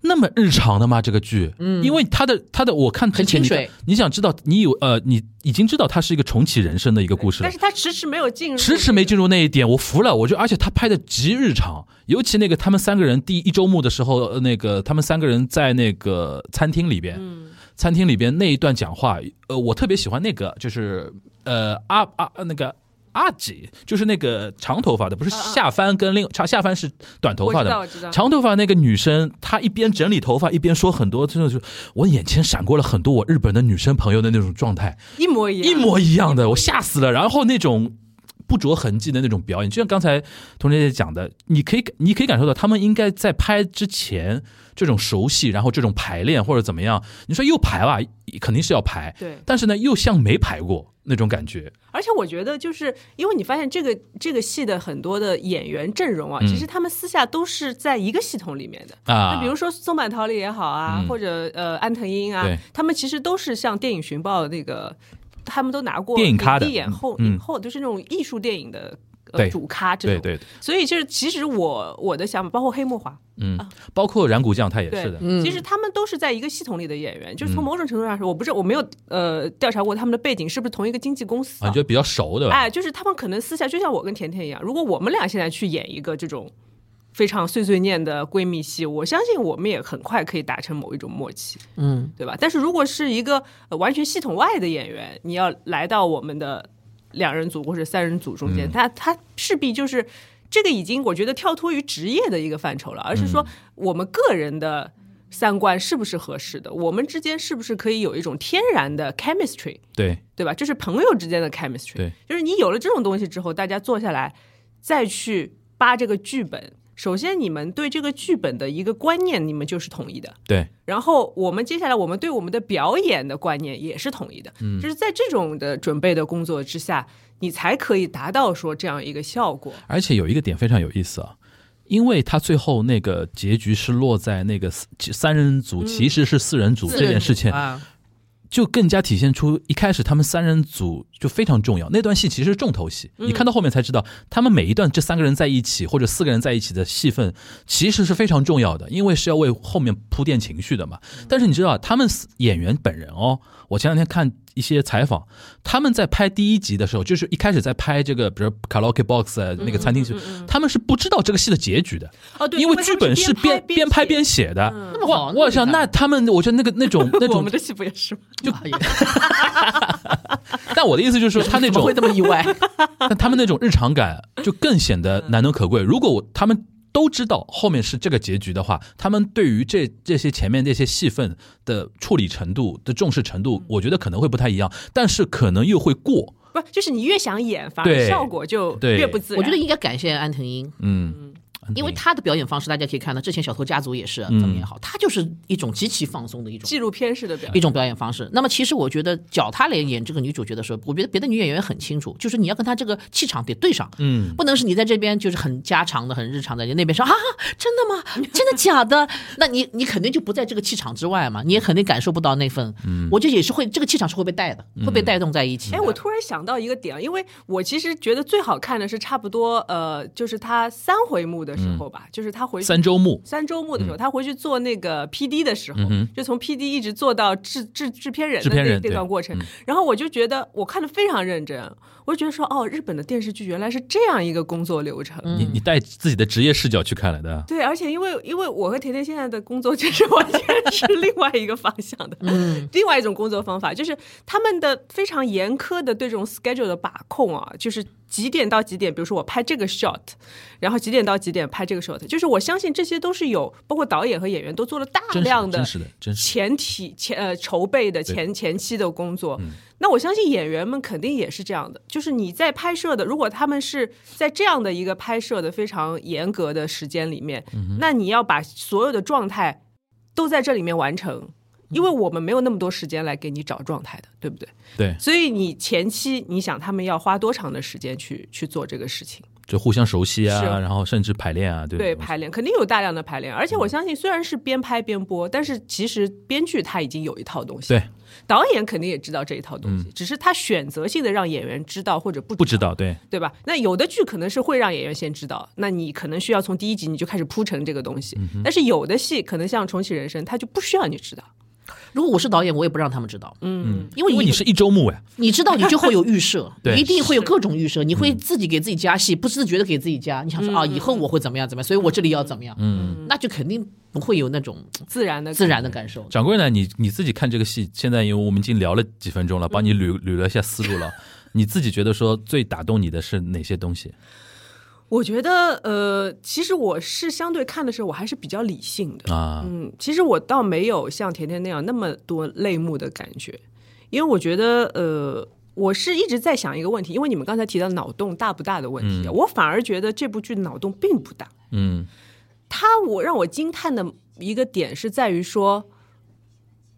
[SPEAKER 2] 那么日常的吗？这个剧，嗯，因为它的它的，我看之前
[SPEAKER 4] 很
[SPEAKER 2] 你
[SPEAKER 4] 清
[SPEAKER 2] 看
[SPEAKER 4] 水
[SPEAKER 2] 你想知道，你有呃，你已经知道它是一个重启人生的一个故事了
[SPEAKER 3] 但是，她迟迟没有进入，
[SPEAKER 2] 迟迟没进入那一点，我服了。我就而且他拍的极日常，尤其那个他们三个人第一周目的时候，呃那个他们三个人在那个餐厅里边，
[SPEAKER 3] 嗯
[SPEAKER 2] 餐厅里边那一段讲话，呃，我特别喜欢那个，就是呃阿阿那个。阿吉就是那个长头发的，不是下翻跟另下下翻是短头发的嘛，
[SPEAKER 3] 啊我知道我知道
[SPEAKER 2] 长头发那个女生，她一边整理头发一边说很多，真的是我眼前闪过了很多我日本的女生朋友的那种状态。
[SPEAKER 3] 一模一样，
[SPEAKER 2] 一模一样的，我吓死了。然后那种不着痕迹的那种表演，就像刚才童姐姐讲的，你可以你可以感受到他们应该在拍之前这种熟悉，然后这种排练或者怎么样。你说又排啊吧，肯定是要排，
[SPEAKER 3] 对
[SPEAKER 2] 但是呢，又像没排过那种感觉。
[SPEAKER 3] 而且我觉得，就是因为你发现这个这个戏的很多的演员阵容啊，其实他们私下都是在一个系统里面的。
[SPEAKER 2] 嗯啊
[SPEAKER 3] 那比如说松坂桃李也好啊，
[SPEAKER 2] 嗯
[SPEAKER 3] 或者呃安藤樱啊
[SPEAKER 2] 对，
[SPEAKER 3] 他们其实都是像电影寻报那个，他们都拿过
[SPEAKER 2] 电影咖的
[SPEAKER 3] 影帝影后、
[SPEAKER 2] 嗯嗯
[SPEAKER 3] 影后，就是那种艺术电影的、呃、
[SPEAKER 2] 对
[SPEAKER 3] 主咖这
[SPEAKER 2] 对
[SPEAKER 3] 种。
[SPEAKER 2] 对，对
[SPEAKER 3] 所以就是其实我我的想法，包括黑木华，
[SPEAKER 2] 嗯，包括染谷酱他也
[SPEAKER 3] 对，
[SPEAKER 2] 是的，嗯
[SPEAKER 3] 其实他们都是在一个系统里的演员，就是从某种程度上说，我不是我没有呃调查过他们的背景是不是同一个经纪公司、
[SPEAKER 2] 啊，
[SPEAKER 3] 啊
[SPEAKER 2] 你觉得比较熟对吧？
[SPEAKER 3] 哎，就是他们可能私下就像我跟甜甜一样，如果我们俩现在去演一个这种非常碎碎念的闺蜜戏，我相信我们也很快可以达成某一种默契，
[SPEAKER 4] 嗯，
[SPEAKER 3] 对吧？但是如果是一个、呃完全系统外的演员，你要来到我们的两人组或者三人组中
[SPEAKER 2] 嗯
[SPEAKER 3] 间，他他势必就是。这个已经我觉得跳脱于职业的一个范畴了，而是
[SPEAKER 2] 嗯
[SPEAKER 3] 说我们个人的三观是不是合适的，我们之间是不是可以有一种天然的 chemistry，
[SPEAKER 2] 对，
[SPEAKER 3] 对吧？这是朋友之间的 chemistry，
[SPEAKER 2] 对
[SPEAKER 3] 就是你有了这种东西之后，大家坐下来再去扒这个剧本。首先，你们对这个剧本的一个观念，你们就是统一的。
[SPEAKER 2] 对，
[SPEAKER 3] 然后我们接下来，我们对我们的表演的观念也是统一的。嗯，就是在这种的准备的工作之下，你才可以达到说这样一个效果。
[SPEAKER 2] 而且有一个点非常有意思啊，因为他最后那个结局是落在那个四三人组其实是四人组
[SPEAKER 3] 嗯四
[SPEAKER 2] 这件事情，
[SPEAKER 4] 啊，
[SPEAKER 2] 就更加体现出一开始他们三人组就非常重要。那段戏其实是重头戏，你看到后面才知道，他们每一段这三个人在一起或者四个人在一起的戏份其实是非常重要的，因为是要为后面铺垫情绪的嘛。但是你知道，他们四演员本人哦，我前两天看一些采访，他们在拍第一集的时候，就是一开始在拍这个，比如 karaoke box 啊那个餐厅戏，他们是不知道这个戏的结局的。
[SPEAKER 3] 哦，对，
[SPEAKER 2] 因为剧本是
[SPEAKER 3] 编
[SPEAKER 2] 边拍边
[SPEAKER 3] 写。
[SPEAKER 2] 写的，嗯
[SPEAKER 4] 那么好
[SPEAKER 2] 我我想那他们，我觉得那个那 种那
[SPEAKER 3] 我
[SPEAKER 2] 种
[SPEAKER 3] 们的戏不也是吗？
[SPEAKER 4] 就
[SPEAKER 2] 但我的意思就是说，他那
[SPEAKER 4] 怎
[SPEAKER 2] 种
[SPEAKER 4] 么
[SPEAKER 2] 啊
[SPEAKER 4] 会，这么意 外？
[SPEAKER 2] 但他们那种日常感就更显得难能可贵。如果我他们都知道后面是这个结局的话，他们对于这这些前面这些戏份的处理程度的重视程度，我觉得可能会不太一样，但是可能又会过。
[SPEAKER 3] 不，就是你越想演，反而
[SPEAKER 2] 对
[SPEAKER 3] 效果就
[SPEAKER 2] 对
[SPEAKER 3] 越不自然。
[SPEAKER 4] 我觉得应该感谢安藤英，
[SPEAKER 2] 嗯，
[SPEAKER 4] 因为他的表演方式大家可以看到，之前《小偷家族》也是怎
[SPEAKER 2] 嗯
[SPEAKER 4] 么也好，他就是一种极其放松的一种
[SPEAKER 3] 纪录片式的表演
[SPEAKER 4] 一。种表演方式。那么其实我觉得，脚她来演这个女主角的时候，我觉得别的女演员很清楚，就是你要跟她这个气场得对上，
[SPEAKER 2] 嗯，
[SPEAKER 4] 不能是你在这边就是很家常的、很日常的，你那边说啊，真的吗？真的假的？ 那你你肯定就不在这个气场之外嘛，你也肯定感受不到那份，
[SPEAKER 2] 嗯
[SPEAKER 4] 我觉得也是会这个气场是会被带的，会被带动在一起的。
[SPEAKER 3] 哎，我突然想到一个点啊，因为我其实觉得最好看的是差不多呃，就是他三回目的时候吧，就是他回去
[SPEAKER 2] 嗯三周嗯目，
[SPEAKER 3] 三周目的时候，他回去做那个 P D 的时候，就从 P D 一直做到制制制片人
[SPEAKER 2] 制
[SPEAKER 3] 的
[SPEAKER 2] 片
[SPEAKER 3] 那
[SPEAKER 2] 人
[SPEAKER 3] 那段
[SPEAKER 2] 对嗯
[SPEAKER 3] 过程。然后我就觉得我看的非常认真，我就觉得说哦，日本的电视剧原来是这样一个工作流程。
[SPEAKER 4] 嗯
[SPEAKER 2] 你你带自己的职业视角去看来的，啊
[SPEAKER 3] 对，而且因为因为我和甜甜现在的工作 就是完全是另外一个方向的，
[SPEAKER 2] 嗯
[SPEAKER 3] 另外一种工作方法，就是他们的非常严苛的对这种 schedule 的把控啊，就是几点到几点，比如说我拍这个 shot，然后几点到几点拍这个 shot，就是我相信这些都是有，包括导演和演员都做了大
[SPEAKER 2] 真实
[SPEAKER 3] 量
[SPEAKER 2] 的，真实的，真实的。
[SPEAKER 3] 前提前呃筹备的前前期的工作，那我相信演员们肯定也是这样的，就是你在拍摄的，如果他们是在这样的一个拍摄的非常严格的时间里面，那你要把所有的状态都在这里面完成，因为我们没有那么多时间来给你找状态的，对不对？
[SPEAKER 2] 对，
[SPEAKER 3] 所以你前期你想他们要花多长的时间去去做这个事情？
[SPEAKER 2] 就互相熟悉啊，
[SPEAKER 3] 是
[SPEAKER 2] 然后甚至排练啊，对不
[SPEAKER 3] 对
[SPEAKER 2] 对
[SPEAKER 3] 排练肯定有大量的排练，而且我相信虽然是边拍边播，但是其实编剧他已经有一套东西，
[SPEAKER 2] 对，
[SPEAKER 3] 导演肯定也知道这一套东西，只是他选择性的让演员知道或者不
[SPEAKER 2] 不知道，对
[SPEAKER 3] 对吧？那有的剧可能是会让演员先知道，那你可能需要从第一集你就开始铺陈这个东西，但是有的戏可能像《重启人生》，他就不需要你知道，
[SPEAKER 4] 如果我是导演，我也不让他们知道，嗯，因为
[SPEAKER 2] 因为你是一周目哎，，
[SPEAKER 4] 你知道，你就会有预 设
[SPEAKER 2] 对
[SPEAKER 4] 一定会有各种预设，你会自己给自己加戏，不自觉的给自己加。你想说啊，以后我会怎么样怎么样，所以我这里要怎么样，嗯，那就肯定不会有那种
[SPEAKER 3] 自然的
[SPEAKER 4] 自然的感受。
[SPEAKER 2] 掌柜呢，你你自己看这个戏，现在因为我们已经聊了几分钟了，帮你捋捋了一下思路了，你自己觉得说最打动你的是哪些东西？
[SPEAKER 3] 我觉得，呃，其实我是相对看的时候，我还是比较理性的。
[SPEAKER 2] 啊
[SPEAKER 3] 嗯，其实我倒没有像甜甜那样那么多泪目的感觉，因为我觉得，呃，我是一直在想一个问题，因为你们刚才提到脑洞大不大的问题，啊我反而觉得这部剧脑洞并不大。
[SPEAKER 2] 嗯
[SPEAKER 3] 它我让我惊叹的一个点是在于说，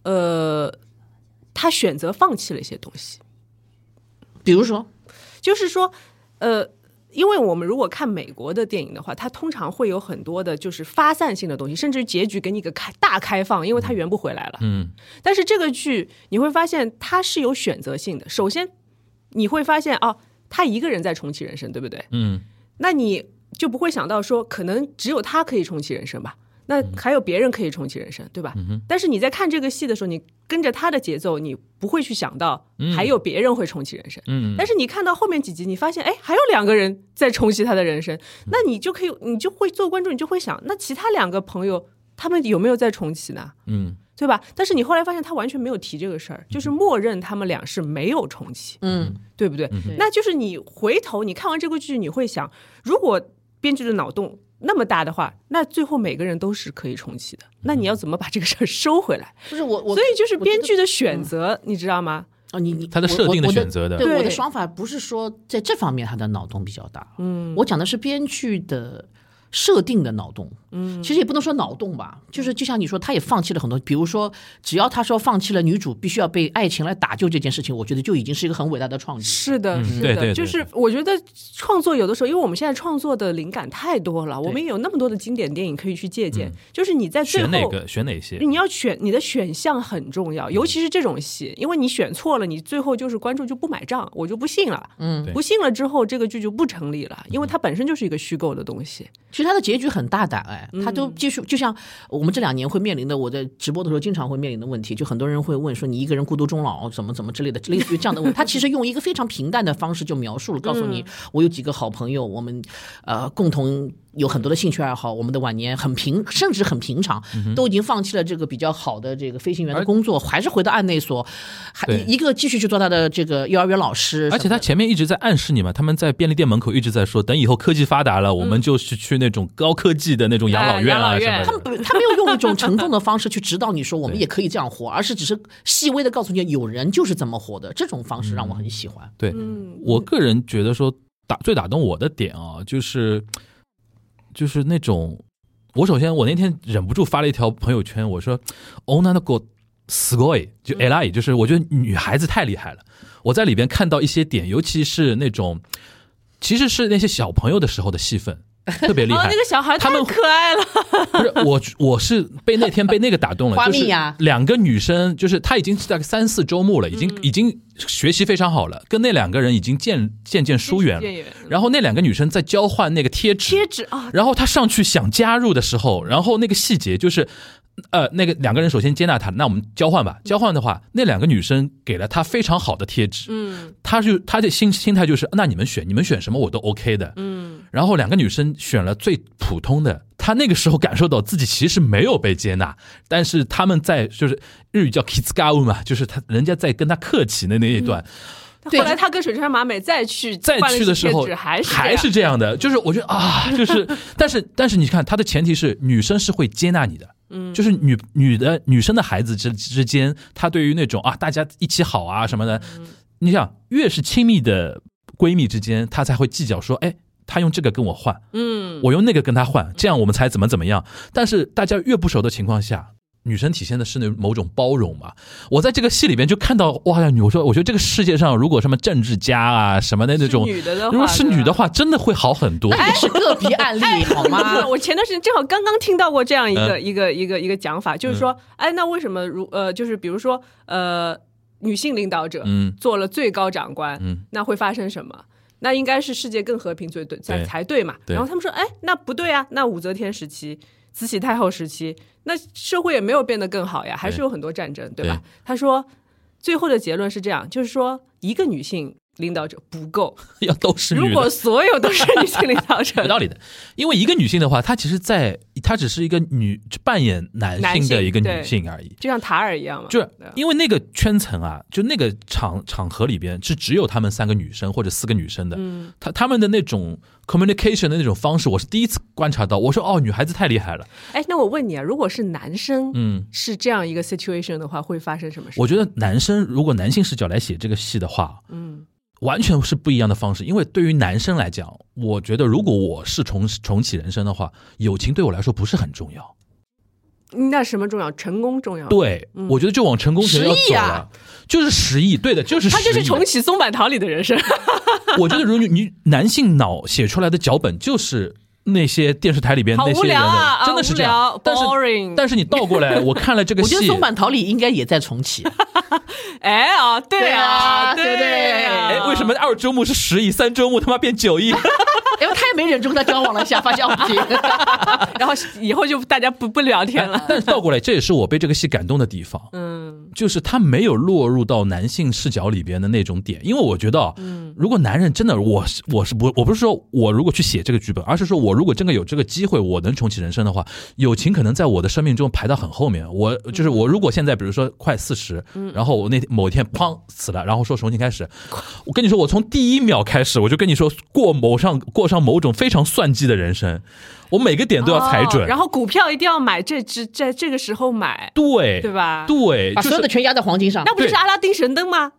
[SPEAKER 3] 呃，他选择放弃了一些东西。
[SPEAKER 4] 比如说，
[SPEAKER 3] 就是说，呃，因为我们如果看美国的电影的话，它通常会有很多的就是发散性的东西，甚至于结局给你一个开大开放，因为它圆不回来了。
[SPEAKER 2] 嗯
[SPEAKER 3] 但是这个剧你会发现它是有选择性的。首先，你会发现哦，他一个人在重启人生，对不对？
[SPEAKER 2] 嗯，
[SPEAKER 3] 那你就不会想到说，可能只有他可以重启人生吧？那还有别人可以重启人生，对
[SPEAKER 2] 嗯
[SPEAKER 3] 吧？但是你在看这个戏的时候，你跟着他的节奏，你不会去想到还有别人会重启人生。
[SPEAKER 2] 嗯
[SPEAKER 3] 但是你看到后面几集，你发现哎，还有两个人在重启他的人
[SPEAKER 2] 嗯
[SPEAKER 3] 生，那你就可以，你就会做观众，你就会想，那其他两个朋友他们有没有在重启呢？
[SPEAKER 2] 嗯
[SPEAKER 3] 对吧？但是你后来发现他完全没有提这个事儿，就是默认他们俩是没有重启。
[SPEAKER 4] 嗯，
[SPEAKER 3] 对不对？
[SPEAKER 4] 对
[SPEAKER 3] 那就是你回头你看完这部剧，你会想，如果编剧的脑洞那么大的话，那最后每个人都是可以重启的。那你要怎么把这个事儿收回来？
[SPEAKER 4] 不是我我，
[SPEAKER 3] 所以就是
[SPEAKER 4] 我觉得嗯
[SPEAKER 3] 编剧的选择，你知道吗？
[SPEAKER 4] 啊，你你
[SPEAKER 2] 它的设定的
[SPEAKER 4] 我我
[SPEAKER 2] 选择的
[SPEAKER 4] 对我
[SPEAKER 3] 对
[SPEAKER 4] 的想法不是说在这方面他的脑洞比较大，嗯，我讲的是编剧的设定的脑洞，嗯，其实也不能说脑洞吧，就是就像你说，他也放弃了很多，比如说只要他说放弃了女主必须要被爱情来打救这件事情，我觉得就已经是一个很伟大的创举，
[SPEAKER 3] 是的，
[SPEAKER 2] 嗯
[SPEAKER 3] 是
[SPEAKER 2] 对对
[SPEAKER 3] 的，
[SPEAKER 2] 对
[SPEAKER 3] 就是我觉得创作有的时候，因为我们现在创作的灵感太多了，我们有那么多的经典电影可以去借鉴。就是你在
[SPEAKER 2] 嗯
[SPEAKER 3] 最
[SPEAKER 2] 选哪
[SPEAKER 3] 后，
[SPEAKER 2] 个选哪些？
[SPEAKER 3] 你要选你的选项很重要，尤其是这种戏，因为你选错了，你最后就是观众就不买账，我就不信了。嗯
[SPEAKER 2] 对
[SPEAKER 3] 不信了之后，这个剧就不成立了，因为它本身就是一个虚构的东西。
[SPEAKER 4] 其实他的结局很大胆，哎，他都继续，就像我们这两年会面临的，我在直播的时候经常会面临的问题，就很多人会问说你一个人孤独终老怎么怎么之类的， 类似于这样的问题。他其实用一个非常平淡的方式就描述了，告诉你我有几个好朋友，我们呃共同有很多的兴趣爱好，我们的晚年很平，甚至很平常，都已经放弃了这个比较好的这个飞行员的工作，还是回到案内所，还
[SPEAKER 2] 对
[SPEAKER 4] 一个继续去做他的这个幼儿园老师，
[SPEAKER 2] 而且他前面一直在暗示你嘛，他们在便利店门口一直在说，等以后科技发达了，我们就去去那种高科技的那种养老院啊
[SPEAKER 3] 哎
[SPEAKER 2] 什
[SPEAKER 3] 养
[SPEAKER 2] 么
[SPEAKER 3] 老院
[SPEAKER 4] 他们
[SPEAKER 2] 的。
[SPEAKER 4] 不，他没有用一种沉重的方式去指导你说我们也可以这样活，而是只是细微的告诉你有人就是这么活的，这种方式让我很喜欢。
[SPEAKER 2] 对
[SPEAKER 3] 嗯，
[SPEAKER 2] 我个人觉得说打最打动我的点啊，就是就是那种，我首先我那天忍不住发了一条朋友圈，我说哦，那那个すごい，就 e l i 就是我觉得女孩子太厉害了。我在里边看到一些点，尤其是那种其实是那些小朋友的时候的戏份。特别厉
[SPEAKER 3] 然后
[SPEAKER 2] 害，
[SPEAKER 3] 啊哦那个小孩
[SPEAKER 2] 他
[SPEAKER 3] 太
[SPEAKER 2] 们
[SPEAKER 3] 可爱了，
[SPEAKER 2] 不是我，我是被那天被那个打动了，
[SPEAKER 4] 花
[SPEAKER 2] 就
[SPEAKER 4] 蜜
[SPEAKER 2] 是
[SPEAKER 4] 呀
[SPEAKER 2] 两个女生，就是她已经大概三四周目了，已经已经学习非常好了，跟那两个人已经渐渐渐疏 远
[SPEAKER 3] 渐
[SPEAKER 2] 了。
[SPEAKER 3] 远
[SPEAKER 2] 然后那两个女生在交换那个贴纸，
[SPEAKER 3] 贴纸啊，
[SPEAKER 2] 然后他上去想加入的时候，然后那个细节就是，呃，那个两个人首先接纳他，那我们交换吧。交换的话，那两个女生给了他非常好的贴纸，嗯，他就他的心心态就是，啊那你们选，你们选什么我都 OK 的，嗯。然后两个女生选了最普通的，他那个时候感受到自己其实没有被接纳，但是他们在就是日语叫 kitsukau 嘛，就是他人家在跟他客气的那一段，
[SPEAKER 4] 对
[SPEAKER 3] 后来他跟水川麻美再去
[SPEAKER 2] 再
[SPEAKER 3] 换了
[SPEAKER 2] 去的时候
[SPEAKER 3] 贴纸还是这样
[SPEAKER 2] 还是这样的，就是我觉得 啊，就是，但是但是你看，它的前提是女生是会接纳你的。嗯，就是女女的女生的孩子之之间，她对于那种啊，大家一起好啊什么的，
[SPEAKER 3] 嗯
[SPEAKER 2] 你想越是亲密的闺蜜之间，她才会计较说，哎，她用这个跟我
[SPEAKER 3] 嗯
[SPEAKER 2] 换，嗯，我用那个跟她换，这样我们才怎么怎么样。但是大家越不熟的情况下，女生体现的是那某种包容嘛。我在这个戏里边就看到，哇呀，我说，我觉得这个世界上如果什么政治家啊什么的那种，
[SPEAKER 3] 是女的的话哎
[SPEAKER 2] 如果是女的话，真的会好很多。
[SPEAKER 4] 也 是个 别案例好 吗？
[SPEAKER 3] 我前段时间正好刚刚听到过这样一
[SPEAKER 2] 嗯
[SPEAKER 3] 个、一个一个一个讲法，就是说，哎，那为什么如呃，就是比如说呃，女性领导者
[SPEAKER 2] 嗯
[SPEAKER 3] 做了最高长官，
[SPEAKER 2] 嗯
[SPEAKER 3] 那会发生什么？那应该是世界更和平最对才
[SPEAKER 2] 对
[SPEAKER 3] 才对嘛。
[SPEAKER 2] 对
[SPEAKER 3] 然后他们说，哎，那不对啊，那武则天时期、慈禧太后时期，那社会也没有变得更好呀，还是有很多战争，对吧？
[SPEAKER 2] 对
[SPEAKER 3] 他说，最后的结论是这样，就是说一个女性领导者不够，
[SPEAKER 2] 要都是
[SPEAKER 3] 如
[SPEAKER 2] 女
[SPEAKER 3] 果
[SPEAKER 2] 的，
[SPEAKER 3] 所有都是女性领导者
[SPEAKER 2] 有，道理的。因为一个女性的话，她其实在，她只是一个女扮演男
[SPEAKER 3] 男
[SPEAKER 2] 性的
[SPEAKER 3] 性
[SPEAKER 2] 一个
[SPEAKER 3] 对
[SPEAKER 2] 女性而已。
[SPEAKER 3] 就像塔尔一样嘛，
[SPEAKER 2] 就是
[SPEAKER 3] 对啊
[SPEAKER 2] 因为那个圈层啊，就那个场场合里边是只有她们三个女生或者四个女生的，
[SPEAKER 3] 嗯
[SPEAKER 2] 她她们的那种 communication 的那种方式，我是第一次观察到。我说哦，女孩子太厉害了，
[SPEAKER 3] 哎，那我问你啊，如果是男生，
[SPEAKER 2] 嗯，
[SPEAKER 3] 是这样一个 situation 的话，会发生什么事？
[SPEAKER 2] 我觉得男生如果男性视角来写这个戏的话，
[SPEAKER 3] 嗯，
[SPEAKER 2] 完全是不一样的方式。因为对于男生来讲，我觉得如果我是重重启人生的话，友情对我来说不是很重要。
[SPEAKER 3] 那什么重要？成功重要？，
[SPEAKER 2] 对，我觉得就往成功学要
[SPEAKER 3] 嗯十
[SPEAKER 2] 走
[SPEAKER 3] 亿
[SPEAKER 2] 了，
[SPEAKER 3] 啊
[SPEAKER 2] 就是十亿，对的，就是十
[SPEAKER 3] 他
[SPEAKER 2] 亿。
[SPEAKER 3] 就是重启松坂桃李的人生。
[SPEAKER 2] 我觉得如果你男性脑写出来的脚本就是。那些电视台里边
[SPEAKER 3] 好
[SPEAKER 2] 那些
[SPEAKER 3] 无
[SPEAKER 2] 人
[SPEAKER 3] 聊啊
[SPEAKER 2] 的，
[SPEAKER 3] 啊
[SPEAKER 2] 真的是这样
[SPEAKER 3] 无聊。
[SPEAKER 2] 但是
[SPEAKER 3] boring
[SPEAKER 2] 但是你倒过来，我看了这 个
[SPEAKER 4] 我觉得
[SPEAKER 2] 戏，
[SPEAKER 4] 松坂桃李应该也在重启，
[SPEAKER 3] 哎啊，对啊，
[SPEAKER 4] 对啊
[SPEAKER 3] 对啊
[SPEAKER 2] 哎，为什么二周目是十亿，三周目他妈变九亿？
[SPEAKER 4] 因为他哎也没忍住跟他交往了一下，发现哦不行。
[SPEAKER 3] 然后以后就大家不不聊天 了。
[SPEAKER 2] 但是倒过来，这也是我被这个戏感动的地方，
[SPEAKER 3] 嗯，
[SPEAKER 2] 就是他没有落入到男性视角里边的那种点。因为我觉得啊，
[SPEAKER 3] 嗯
[SPEAKER 2] 如果男人真的，我是我是不我不是说我如果去写这个剧本，而是说我如果真的有这个机会，我能重启人生的话，友情可能在我的生命中排到很后面。我就是我，如果现在比如说快四十，
[SPEAKER 3] 嗯
[SPEAKER 2] 然后我那天某一天砰死了，然后说重新开始，我跟你说，我从第一秒开始，我就跟你说过某上过上某种非常算计的人生，我每个点都要踩准，
[SPEAKER 3] 哦然后股票一定要买这只，在这个时候买，
[SPEAKER 2] 对
[SPEAKER 3] 对吧
[SPEAKER 2] 对，
[SPEAKER 4] 把
[SPEAKER 2] 就
[SPEAKER 4] 所有的
[SPEAKER 2] 是
[SPEAKER 4] 全压在黄金上。
[SPEAKER 3] 那不就是
[SPEAKER 2] 对
[SPEAKER 3] 阿拉丁神灯吗？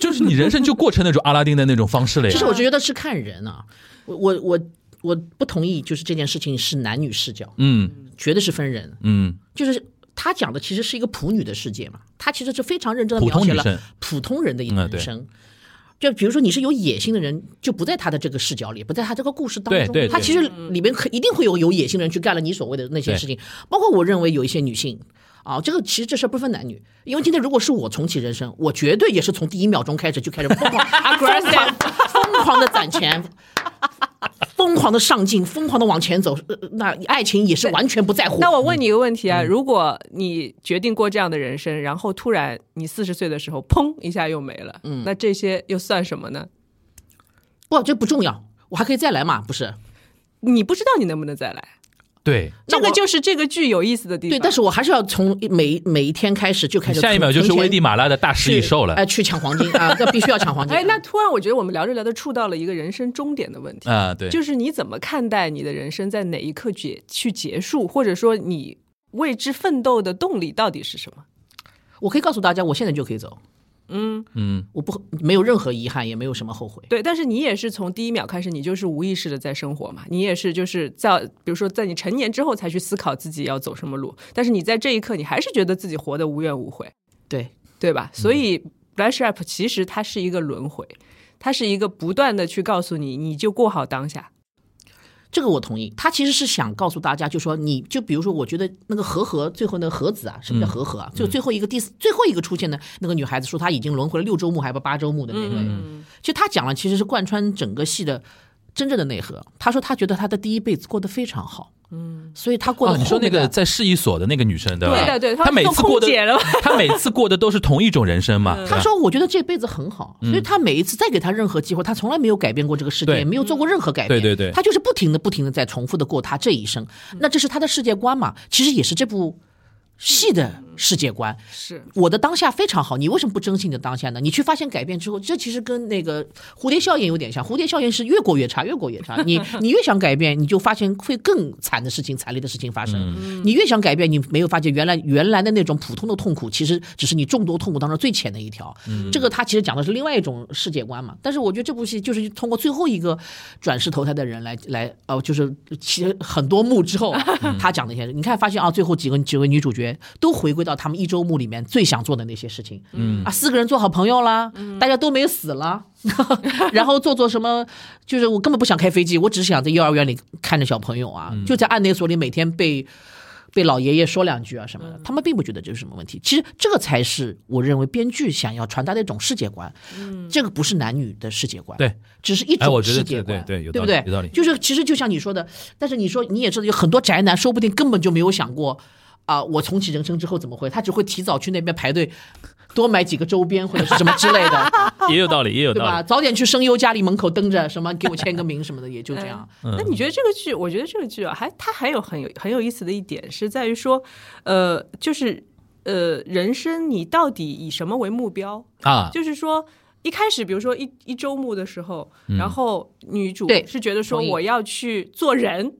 [SPEAKER 2] 就是你人生就过成那种阿拉丁的那种方式了呀
[SPEAKER 4] 其实。我觉得是看人啊，我我我我不同意，就是这件事情是男女视角，
[SPEAKER 2] 嗯
[SPEAKER 4] 绝对是分人。啊
[SPEAKER 2] 嗯，
[SPEAKER 4] 就是他讲的其实是一个普女的世界嘛，他其实是非常认真的
[SPEAKER 2] 普
[SPEAKER 4] 描
[SPEAKER 2] 通
[SPEAKER 4] 写
[SPEAKER 2] 女生
[SPEAKER 4] 了普通人的一
[SPEAKER 2] 嗯
[SPEAKER 4] 人
[SPEAKER 2] 对
[SPEAKER 4] 生。就比如说你是有野心的人，就不在他的这个视角里，不在他这个故事当中。
[SPEAKER 2] 对对对
[SPEAKER 4] 他其实里面可一定会有有野心的人去干了你所谓的那些事情，包括我认为有一些女性。啊，这个其实这事儿不分男女，因为今天如果是我重启人生，我绝对也是从第一秒钟开始就开始疯狂、疯狂、疯狂的攒钱，疯狂的上进，疯狂的往前走。呃那爱情也是完全不在乎。
[SPEAKER 3] 那我问你一个问题
[SPEAKER 4] 嗯
[SPEAKER 3] 啊，如果你决定过这样的人生，然后突然你四十岁的时候，砰一下又没了，嗯，那这些又算什么呢？
[SPEAKER 4] 不，这不重要，我还可以再来嘛，不是？
[SPEAKER 3] 你不知道你能不能再来，
[SPEAKER 2] 对，
[SPEAKER 3] 这
[SPEAKER 4] 那我
[SPEAKER 3] 个就是这个剧有意思的地方。
[SPEAKER 4] 对，但是我还是要从每每一天开始就开始存，
[SPEAKER 2] 下一秒就是
[SPEAKER 4] 存钱
[SPEAKER 2] 危地马拉的大食蚁兽了
[SPEAKER 4] 哎、。去抢黄金啊，这必须要抢黄 金。
[SPEAKER 3] 哎，那突然我觉得我们聊着聊着触到了一个人生终点的问
[SPEAKER 4] 哎
[SPEAKER 3] 题，
[SPEAKER 2] 啊，对，
[SPEAKER 3] 呃就是你怎么看待你的人生在哪一刻结去结束，或者说你为之奋斗的动力到底是什么？
[SPEAKER 4] 我可以告诉大家，我现在就可以走，
[SPEAKER 2] 嗯，
[SPEAKER 4] 我不没有任何遗憾，也没有什么后悔。
[SPEAKER 3] 对，但是你也是从第一秒开始，你就是无意识的在生活嘛，你也是就是在比如说在你成年之后才去思考自己要走什么路，但是你在这一刻，你还是觉得自己活得无怨无悔，
[SPEAKER 4] 对，
[SPEAKER 3] 对吧？所以 Flash Rap 其实它是一个轮回，它是一个不断的去告诉你，你就过好当下。
[SPEAKER 4] 这个我同意。他其实是想告诉大家，就说你就比如说，我觉得那个和和最后那个和子啊，什
[SPEAKER 2] 嗯
[SPEAKER 4] 么叫和和啊？就最后一个第四最后一个出现的那个女孩子，说她已经轮回了六周目还不八周目的
[SPEAKER 3] 嗯
[SPEAKER 4] 那位，其实她讲了，其实是贯穿整个戏的真正的内核。她说她觉得她的第一辈子过得非常好，嗯，所以她过
[SPEAKER 2] 哦，
[SPEAKER 4] 得
[SPEAKER 2] 你说
[SPEAKER 4] 后
[SPEAKER 2] 那
[SPEAKER 4] 面
[SPEAKER 2] 个
[SPEAKER 4] 的
[SPEAKER 2] 在市一所的那个女生对吧？
[SPEAKER 3] 对的对她
[SPEAKER 2] 她每次过的
[SPEAKER 3] 做空姐了吧，嗯
[SPEAKER 2] 她每次过的都是同一种人生嘛。对吧
[SPEAKER 4] 他说：“我觉得这辈子很好，所以他每一次再给他任何机会，他从来没有改变过这个世界，
[SPEAKER 2] 嗯对
[SPEAKER 4] 也没有做过任何改变。
[SPEAKER 2] 对对对
[SPEAKER 4] 他就是不停的、不停的在重复的过他这一生。那这是他的世界观嘛？其实也是这部戏的世界观。
[SPEAKER 3] 是
[SPEAKER 4] 我的当下非常好，你为什么不珍惜你的当下呢？你去发现改变之后，这其实跟那个蝴蝶效应有点像。蝴蝶效应是越过越差，越过越差。你你越想改变，你就发现会更惨的事情、惨烈的事情发生。你越想改变，你没有发现原来原来的那种普通的痛苦，其实只是你众多痛苦当中最浅的一条。这个它其实讲的是另外一种世界观嘛。但是我觉得这部戏就是通过最后一个转世投胎的人来来哦、就是其实很多幕之后啊， 他讲的一些，你看发现啊，最后几个几位女主角都回归到他们一周目里面最想做的那些事情。嗯啊，四个人做好朋友啦，大家都没死啦。 然后做做什么？就是我根本不想开飞机，我只是想在幼儿园里看着小朋友啊，就在按内所里每天被被老爷爷说两句啊什么的，他们并不觉得这是什么问题。其实这个才是我认为编剧想要传达的一种世界观，这个不是男女的世界观，
[SPEAKER 2] 对，
[SPEAKER 4] 只是一
[SPEAKER 2] 哎我
[SPEAKER 4] 种
[SPEAKER 2] 觉
[SPEAKER 4] 世
[SPEAKER 2] 得
[SPEAKER 4] 界
[SPEAKER 2] 对
[SPEAKER 4] 观，
[SPEAKER 2] 对对有
[SPEAKER 4] 不
[SPEAKER 2] 道
[SPEAKER 4] 对
[SPEAKER 2] 理？有道理
[SPEAKER 4] 就是其实就像你说的，但是你说你也知道，有很多宅男说不定根本就没有想过啊、我重启人生之后怎么会？他只会提早去那边排队。多买几个周边或者是什么之类的，
[SPEAKER 3] 哦
[SPEAKER 2] 也有道理，也有
[SPEAKER 4] 对吧？
[SPEAKER 2] 道理。
[SPEAKER 4] 早点去声优家里门口等着，什么给我签个名什么的，也就这样。
[SPEAKER 3] 那你觉得这个剧？我觉得这个剧啊，还它还有很有很有意思的一点是在于说，呃，就是呃，人生你到底以什么为目标？
[SPEAKER 2] 啊，
[SPEAKER 3] 就是说。一开始，比如说一一周目的时候，然后女主
[SPEAKER 4] 嗯对
[SPEAKER 3] 是觉得说
[SPEAKER 4] 同意嗯
[SPEAKER 3] 我要去做人，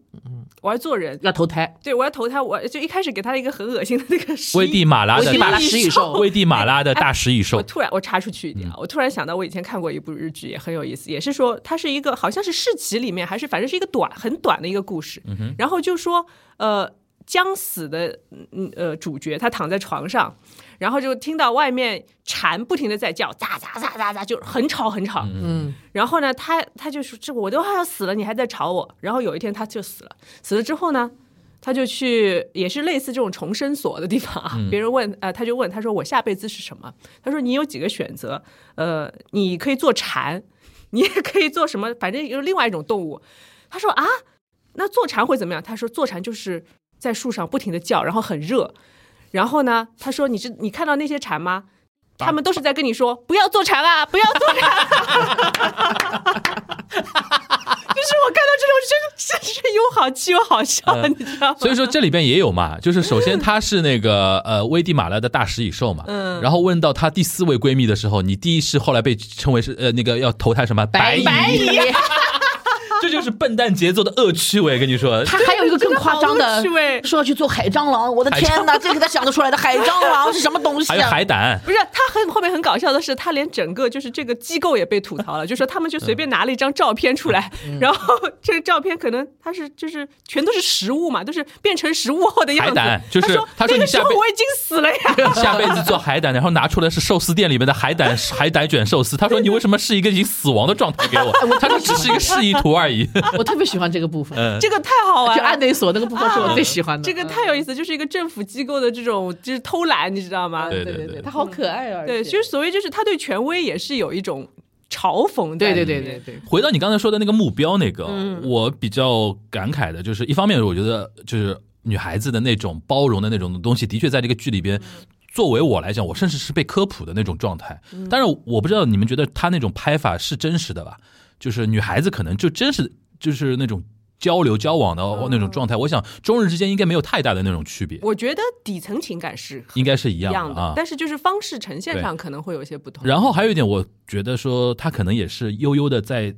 [SPEAKER 3] 我要做人，
[SPEAKER 4] 要投胎，
[SPEAKER 3] 对我要投胎，我就一开始给她了一个很恶心的那个十一
[SPEAKER 2] 危地马拉
[SPEAKER 4] 危
[SPEAKER 2] 的
[SPEAKER 4] 地马拉食蚁兽
[SPEAKER 2] 危地马拉的大食蚁
[SPEAKER 3] 我
[SPEAKER 2] 兽，
[SPEAKER 3] 突然我插出去一点啊，我突然想到我以前看过一部日剧，也很有意思，也是说它是一个好像是市集里面还是反正是一个短很短的一个故事，然后就说呃将死的嗯呃主角他躺在床上，然后就听到外面蝉不停的在叫，喳喳喳喳喳，就很吵很吵，
[SPEAKER 4] 嗯，
[SPEAKER 3] 然后呢，他他就说：“这我都快要死了，你还在吵我。”然后有一天他就死了，死了之后呢，他就去也是类似这种重生所的地方啊。别人问呃，他就问他说：“我下辈子是什么？”他说：“你有几个选择？呃，你可以做蝉，你也可以做什么，反正有另外一种动物。”他说：“啊，那做蝉会怎么样？”他说：“做蝉就是在树上不停的叫，然后很热。然后呢，他说：‘你这你看到那些蝉吗？’”他们都是在跟你说不要做蝉啊，不要做蝉、啊。 就是我看到这种，真真是又好气又好笑，你知道吗？
[SPEAKER 2] 嗯所以说这里边也有嘛，就是首先她是那个呃危地马拉的大食蚁兽嘛，
[SPEAKER 3] 嗯
[SPEAKER 2] 然后问到她第四位闺蜜的时候，你第一是后来被称为是呃那个要投胎什么
[SPEAKER 4] 白
[SPEAKER 2] 蚁，这就是笨蛋节奏的恶趣味，跟你说，
[SPEAKER 4] 他还有一个更夸 张
[SPEAKER 3] 真的好
[SPEAKER 4] 的
[SPEAKER 3] 恶趣味，
[SPEAKER 4] 说要去做海蟑螂，我的天哪，这个他想得出来的海蟑螂是什么东西
[SPEAKER 2] 还有
[SPEAKER 4] 啊？
[SPEAKER 2] 海胆，
[SPEAKER 3] 不是他很后面很搞笑的是，他连整个就是这个机构也被吐 槽了，就说他们就随便拿了一张照片出来，
[SPEAKER 2] 嗯
[SPEAKER 3] 然后这个照片可能他是就是全都是食物嘛，都是变成食物后的样
[SPEAKER 2] 海
[SPEAKER 3] 子
[SPEAKER 2] 胆。就是
[SPEAKER 3] 他说
[SPEAKER 2] 他说
[SPEAKER 3] 那个
[SPEAKER 2] 你下
[SPEAKER 3] 时候
[SPEAKER 2] 辈
[SPEAKER 3] 我已经死了 呀，
[SPEAKER 2] 下辈子做海胆，然后拿出来是寿司店里面的海胆 海胆卷寿司。他说你为什么是一个已经死亡的状态给我？他说只是一个示意图而已。
[SPEAKER 4] 我特别喜欢这个 部分，
[SPEAKER 2] 嗯，
[SPEAKER 3] 这个太好玩
[SPEAKER 4] 就
[SPEAKER 3] 了
[SPEAKER 4] 按。内所那个部分是我最喜欢的。
[SPEAKER 3] 这个太有意思，就是一个政府机构的这种就是偷懒，你知道吗？
[SPEAKER 2] 对
[SPEAKER 4] 对
[SPEAKER 2] 对
[SPEAKER 4] 对，
[SPEAKER 2] 对
[SPEAKER 4] 他好可爱啊！
[SPEAKER 3] 对，
[SPEAKER 4] 而
[SPEAKER 3] 其
[SPEAKER 4] 且
[SPEAKER 3] 实所谓就是他对权威也是有一种嘲讽在
[SPEAKER 4] 对
[SPEAKER 3] 里
[SPEAKER 4] 对
[SPEAKER 3] 面。
[SPEAKER 4] 对对对，
[SPEAKER 2] 回到你刚才说的那个目标，那个、我比较感慨的就是，一方面我觉得就是女孩子的那种包容的那种东西，的确在这个剧里边。作为我来讲，我甚至是被科普的那种状态。但是我不知道你们觉得他那种拍法是真实的吧？就是女孩子可能就真是就是那种交流交往的那种状态。我想中日之间应该没有太大的那种区别，
[SPEAKER 3] 我觉得底层情感是
[SPEAKER 2] 应该是一
[SPEAKER 3] 一
[SPEAKER 2] 样
[SPEAKER 3] 样
[SPEAKER 2] 的啊。
[SPEAKER 3] 但是就是方式呈现
[SPEAKER 2] 对
[SPEAKER 3] 上可能会有一些不同。
[SPEAKER 2] 然后还有一点，我觉得说他可能也是悠悠的在。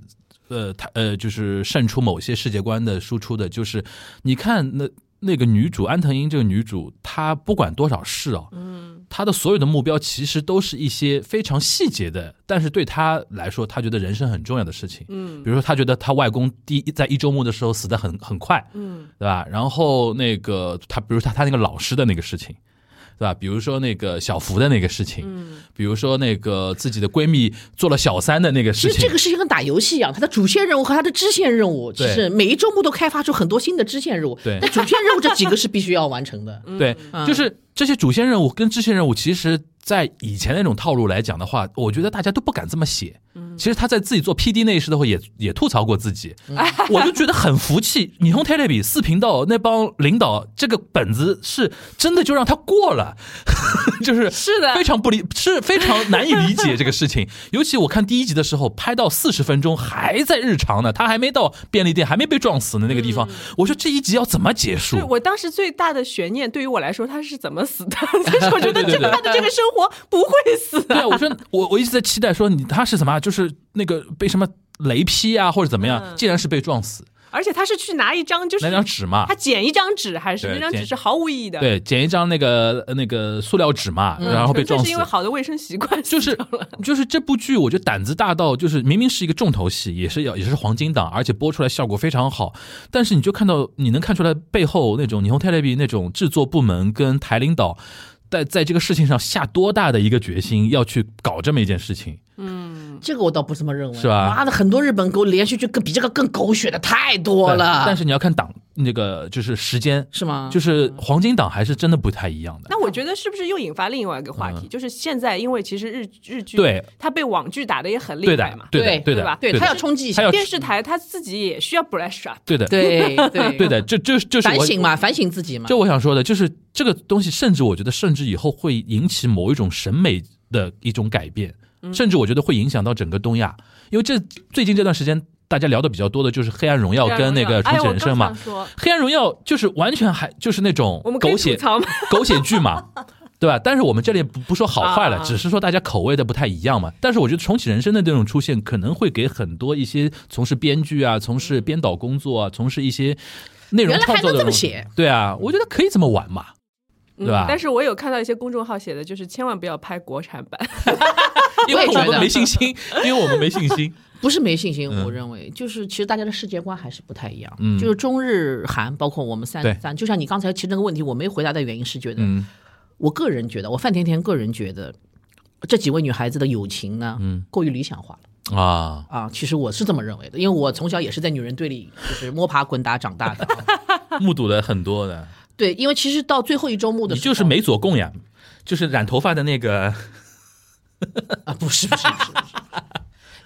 [SPEAKER 2] 呃，他呃，就是渗出某些世界观的输出的，就是你看那那个女主安藤英这个女主，她不管多少事哦，嗯，她的所有的目标其实都是一些非常细节的，但是对她来说，她觉得人生很重要的事情，嗯，比如说她觉得她外公第一在一周目的时候死得很很快，嗯，对吧？然后那个她，比如她她那个老师的那个事情，对吧？比如说那个小福的那个事情，比如说那个自己的闺蜜做了小三的那个
[SPEAKER 4] 其
[SPEAKER 2] 事
[SPEAKER 4] 实这
[SPEAKER 2] 情
[SPEAKER 4] 个，事情跟打游戏一样，它的主线任务和它的支线任务，其
[SPEAKER 2] 对
[SPEAKER 4] 实每一周目都开发出很多新的支线任务，
[SPEAKER 2] 对嗯
[SPEAKER 4] 但主线任务这几个是必须要完成的。
[SPEAKER 2] 对，
[SPEAKER 3] 嗯
[SPEAKER 2] 就是这些主线任务跟支线任务，其实在以前那种套路来讲的话，我觉得大家都不敢这么写。
[SPEAKER 3] 嗯
[SPEAKER 2] 其实他在自己做 PD 那一时的时候也，也吐槽过自己，
[SPEAKER 3] 嗯
[SPEAKER 2] 我就觉得很服气。你用 t e l e b 四频道那帮领导，这个本子是真的就让他过了， 就是
[SPEAKER 3] 是的
[SPEAKER 2] 非常不理，是非常难以理解这个事情。 尤其我看第一集的时候，拍到四十分钟还在日常呢，他还没到便利店，还没被
[SPEAKER 3] 嗯
[SPEAKER 2] 撞死呢那个地方，我说这一集要怎么结束？
[SPEAKER 3] 对我当时最大的悬念，对于我来说，他是怎么死 的，但是我觉得这他的这个生活不会死
[SPEAKER 2] 对
[SPEAKER 3] 啊。
[SPEAKER 2] 啊，我说我我一直在期待说你他是什么啊，就是那个被什么雷劈啊或者怎么样，
[SPEAKER 3] 嗯
[SPEAKER 2] 竟然是被撞死，
[SPEAKER 3] 而且他是去拿一张，就是
[SPEAKER 2] 那张纸嘛
[SPEAKER 3] 他，捡一张纸，还是
[SPEAKER 2] 对
[SPEAKER 3] 那张纸
[SPEAKER 2] 捡
[SPEAKER 3] 是毫无意义的。
[SPEAKER 2] 对，捡一张那个呃那个塑料纸嘛，
[SPEAKER 3] 嗯，
[SPEAKER 2] 然后被
[SPEAKER 3] 纯粹
[SPEAKER 2] 撞
[SPEAKER 3] 是
[SPEAKER 2] 死
[SPEAKER 3] 因为。好的卫生习惯死
[SPEAKER 2] 就
[SPEAKER 3] 掉了，
[SPEAKER 2] 是就是这部剧，我觉得胆子大到就是明明是一个重头戏，也是要也是黄金档，而且播出来效果非常好，但是你就看到你能看出来背后那种霓虹 TV 那种制作部门跟台领导在在这个事情上下多大的一个决心要去搞这么一件事情，
[SPEAKER 4] 这个我倒不这么认为，
[SPEAKER 2] 是吧
[SPEAKER 4] 妈的，很多日本狗连续剧更比这个更狗血的太多了，
[SPEAKER 2] 但但是你要看档那个就是时间，
[SPEAKER 4] 是吗？
[SPEAKER 2] 就是是黄金档还是真的不太一样的。
[SPEAKER 3] 嗯那我觉得是不是又引发另外一个话题，就是现在因为其实日日剧
[SPEAKER 2] 嗯对
[SPEAKER 3] 它被网剧打的也很厉
[SPEAKER 2] 对
[SPEAKER 3] 害
[SPEAKER 2] 的
[SPEAKER 3] 嘛，，
[SPEAKER 2] 的，
[SPEAKER 4] 对
[SPEAKER 2] 的
[SPEAKER 3] 吧，
[SPEAKER 4] 对
[SPEAKER 2] 的
[SPEAKER 4] 他要冲击一
[SPEAKER 2] 他
[SPEAKER 4] 下，
[SPEAKER 2] 要
[SPEAKER 3] 电视台它自己也需要 brush up。
[SPEAKER 2] 对的，
[SPEAKER 4] 对对
[SPEAKER 2] 对，的，这这这是
[SPEAKER 4] 反
[SPEAKER 2] 我
[SPEAKER 4] 省嘛，反省自己嘛，
[SPEAKER 2] 这我想说的就是这个东西，甚至我觉得，甚至以后会引起某一种审美的一种改变，
[SPEAKER 3] 嗯
[SPEAKER 2] 甚至我觉得会影响到整个东亚，因为这最近这段时间大家聊的比较多的就是《黑暗荣耀》跟那个《重
[SPEAKER 3] 哎，
[SPEAKER 2] 启
[SPEAKER 3] 我
[SPEAKER 2] 人生》
[SPEAKER 3] 刚
[SPEAKER 2] 嘛
[SPEAKER 3] 想，说，
[SPEAKER 2] 《黑暗荣耀》就是完全还就是那种
[SPEAKER 3] 我们可以
[SPEAKER 2] 狗
[SPEAKER 3] 吐
[SPEAKER 2] 血
[SPEAKER 3] 槽吗？
[SPEAKER 2] 狗血剧嘛，对吧？但是我们这里不不说好坏
[SPEAKER 3] 啊
[SPEAKER 2] 了，只是说大家口味的不太一样嘛。但是我觉得重启人生的这种出现，可能会给很多一些从事编剧啊、从事编导工作啊、从事一些内容
[SPEAKER 4] 原来还
[SPEAKER 2] 创作
[SPEAKER 4] 能
[SPEAKER 2] 的
[SPEAKER 4] 这么
[SPEAKER 2] 东西
[SPEAKER 4] 写，
[SPEAKER 2] 对啊，我觉得可以这么玩 嘛。
[SPEAKER 3] 嗯
[SPEAKER 2] 对吧
[SPEAKER 3] 但是我有看到一些公众号写的，就是千万不要拍国产版，
[SPEAKER 2] 因为
[SPEAKER 4] 我也
[SPEAKER 2] 我
[SPEAKER 4] 觉
[SPEAKER 2] 们
[SPEAKER 4] 得
[SPEAKER 2] 没信心，因为我们没信 心。
[SPEAKER 4] 不是没信心，
[SPEAKER 2] 嗯
[SPEAKER 4] 我认为就是其实大家的世界观还是不太一样，
[SPEAKER 2] 嗯
[SPEAKER 4] 就是中日韩，包括我们
[SPEAKER 2] 对
[SPEAKER 4] 三三，就像你刚才其实那个问题我没回答的原因是觉得，
[SPEAKER 2] 嗯
[SPEAKER 4] 我个人觉得，我范甜甜个人觉得这几位女孩子的友情呢，
[SPEAKER 2] 嗯
[SPEAKER 4] 过于理想化了。
[SPEAKER 2] 啊，
[SPEAKER 4] 啊，其实我是这么认为的，因为我从小也是在女人队里就是摸爬滚打长大 的。
[SPEAKER 2] 目睹了很多 的，
[SPEAKER 4] 对，因为其实到最后一周目的
[SPEAKER 2] 你
[SPEAKER 4] 时候，
[SPEAKER 2] 就是美佐贡呀，就是染头发的那个，
[SPEAKER 4] 啊，不是不是不是。不是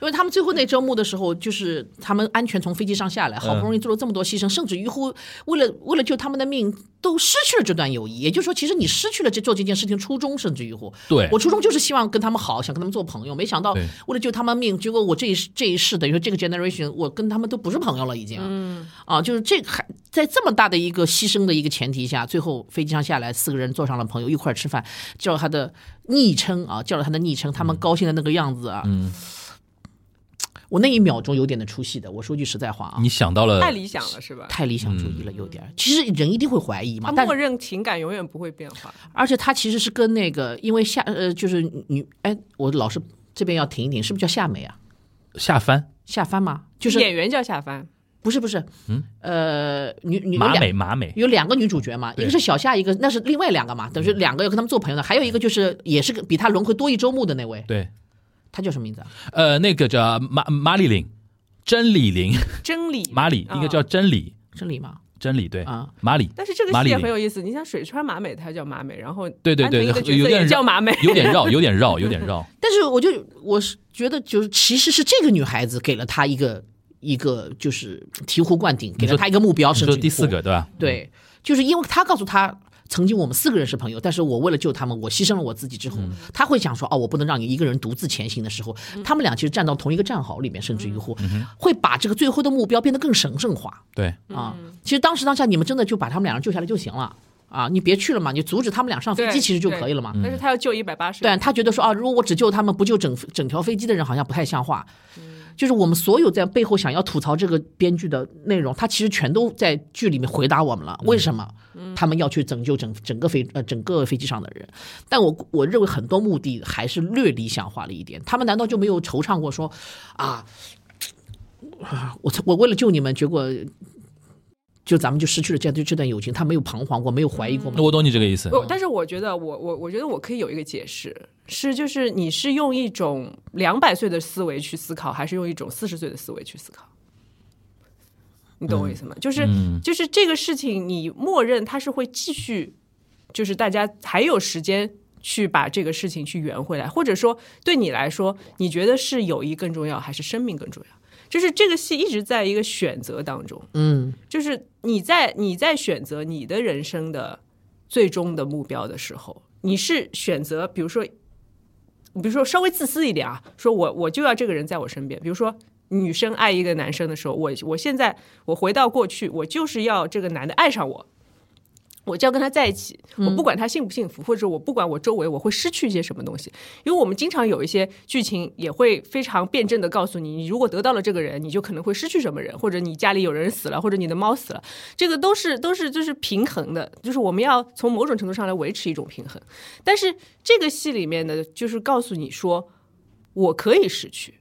[SPEAKER 4] 因为他们最后那周目的时候，就是他们安全从飞机上下来，好不容易做了这么多牺牲，甚至于乎为了为了救他们的命，都失去了这段友谊。也就是说，其实你失去了这做这件事情初衷，甚至于乎，
[SPEAKER 2] 对
[SPEAKER 4] 我初衷就是希望跟他们好，想跟他们做朋友，没想到
[SPEAKER 2] 对
[SPEAKER 4] 为了救他们命，结果我这一世这一世等于说这个 generation，我跟他们都不是朋友了，已经。嗯。啊，就是这个还在这么大的一个牺牲的一个前提下，最后飞机上下来，四个人坐上了朋友，一块儿吃饭，叫他的昵称啊，叫了他的昵称，他们高兴的那个样子啊。
[SPEAKER 2] 嗯
[SPEAKER 4] 我那一秒钟有点的出戏的，我说句实在话啊，
[SPEAKER 2] 你嗯想到了
[SPEAKER 3] 太理想了是吧？
[SPEAKER 4] 太理想主义了，有点儿。其实人一定会怀疑嘛
[SPEAKER 3] 他，
[SPEAKER 4] 但
[SPEAKER 3] 默认情感永远不会变化。
[SPEAKER 4] 而且他其实是跟那个，因为夏呃，就是女哎，我老是这边要停一停，是不是叫夏美啊？
[SPEAKER 2] 下翻
[SPEAKER 4] 夏帆吗？就是
[SPEAKER 3] 演员叫夏帆，
[SPEAKER 4] 不是不是，嗯，呃，女女有
[SPEAKER 2] 马
[SPEAKER 4] 两
[SPEAKER 2] 美马美，
[SPEAKER 4] 有两个女主角嘛，一
[SPEAKER 2] 对嗯
[SPEAKER 4] 个是小夏，一个那是另外两个嘛，等于是两个要跟他们做朋友的，还有一个就是也是个比他轮回多一周目的那位，
[SPEAKER 2] 对，
[SPEAKER 4] 他叫什么名字啊？
[SPEAKER 2] 呃，那个叫马马里林，真理林，
[SPEAKER 3] 真理
[SPEAKER 2] 马里
[SPEAKER 3] 啊
[SPEAKER 2] 应该叫真理，
[SPEAKER 4] 真理吗？
[SPEAKER 2] 真理对
[SPEAKER 4] 啊，
[SPEAKER 2] 马里
[SPEAKER 3] 但是这个
[SPEAKER 2] 马
[SPEAKER 3] 戏
[SPEAKER 2] 里
[SPEAKER 3] 也
[SPEAKER 2] 林
[SPEAKER 3] 很有意思。你像水川麻美，她叫麻美，然后
[SPEAKER 2] 对对对
[SPEAKER 3] 安藤樱的角色
[SPEAKER 2] 有点
[SPEAKER 3] 也叫麻美，
[SPEAKER 2] 有点绕，有点绕，有点 绕，
[SPEAKER 4] 但是我就我是觉得，就是其实是这个女孩子给了他一个一个就是醍醐灌顶，给了他一个目标，
[SPEAKER 2] 你
[SPEAKER 4] 甚至
[SPEAKER 2] 说
[SPEAKER 4] 于
[SPEAKER 2] 第四
[SPEAKER 4] 乎
[SPEAKER 2] 个对吧？嗯
[SPEAKER 4] 对，就是因为他告诉他，曾经我们四个人是朋友，但是我为了救他们，我牺牲了我自己之后，他会想说，哦，我不能让你一个人独自前行的时候，
[SPEAKER 3] 嗯
[SPEAKER 4] 他们俩其实站到同一个战壕里面，甚至于乎，会把这个最后的目标变得更神圣化
[SPEAKER 2] 对，
[SPEAKER 3] 嗯
[SPEAKER 4] 啊。其实当时当下，你们真的就把他们两人救下来就行了啊，你别去了嘛，你阻止他们俩上飞
[SPEAKER 3] 对
[SPEAKER 4] 机其实就
[SPEAKER 3] 对
[SPEAKER 4] 可以了嘛。
[SPEAKER 3] 但是她要救一百八十。
[SPEAKER 4] 对，他觉得说啊，如果我只救他们，不救整整条飞机的人，好像不太像话。就是我们所有在背后想要吐槽这个编剧的内容，他其实全都在剧里面回答我们了。为什么他们要去拯救整整个飞呃整个飞机上的人？但我我认为很多目的还是略理想化了一点。他们难道就没有惆怅过说啊，我我为了救你们，结果就咱们就失去了这这这段友情？他没有彷徨过，没有怀疑过吗
[SPEAKER 2] 那？我懂你这个意思，
[SPEAKER 3] 不，但是我觉得我我我觉得我可以有一个解释，是就是你是用一种两百岁的思维去思考，还是用一种四十岁的思维去思考？你懂我意思吗？就是、就是这个事情，你默认它是会继续，就是大家还有时间去把这个事情去圆回来，或者说对你来说，你觉得是友谊更重要，还是生命更重要？就是这个戏一直在一个选择当中，
[SPEAKER 4] 嗯，
[SPEAKER 3] 就是你在你在选择你的人生的最终的目标的时候，你是选择，比如说，比如说稍微自私一点啊，说我我就要这个人在我身边，比如说。女生爱一个男生的时候，我我现在我回到过去，我就是要这个男的爱上我，我就要跟他在一起，我不管他幸不幸福，或者我不管我周围我会失去一些什么东西，因为我们经常有一些剧情也会非常辩证的告诉你，你如果得到了这个人，你就可能会失去什么人，或者你家里有人死了，或者你的猫死了，这个都是都是就是平衡的，就是我们要从某种程度上来维持一种平衡。但是这个戏里面呢，就是告诉你说，我可以失去，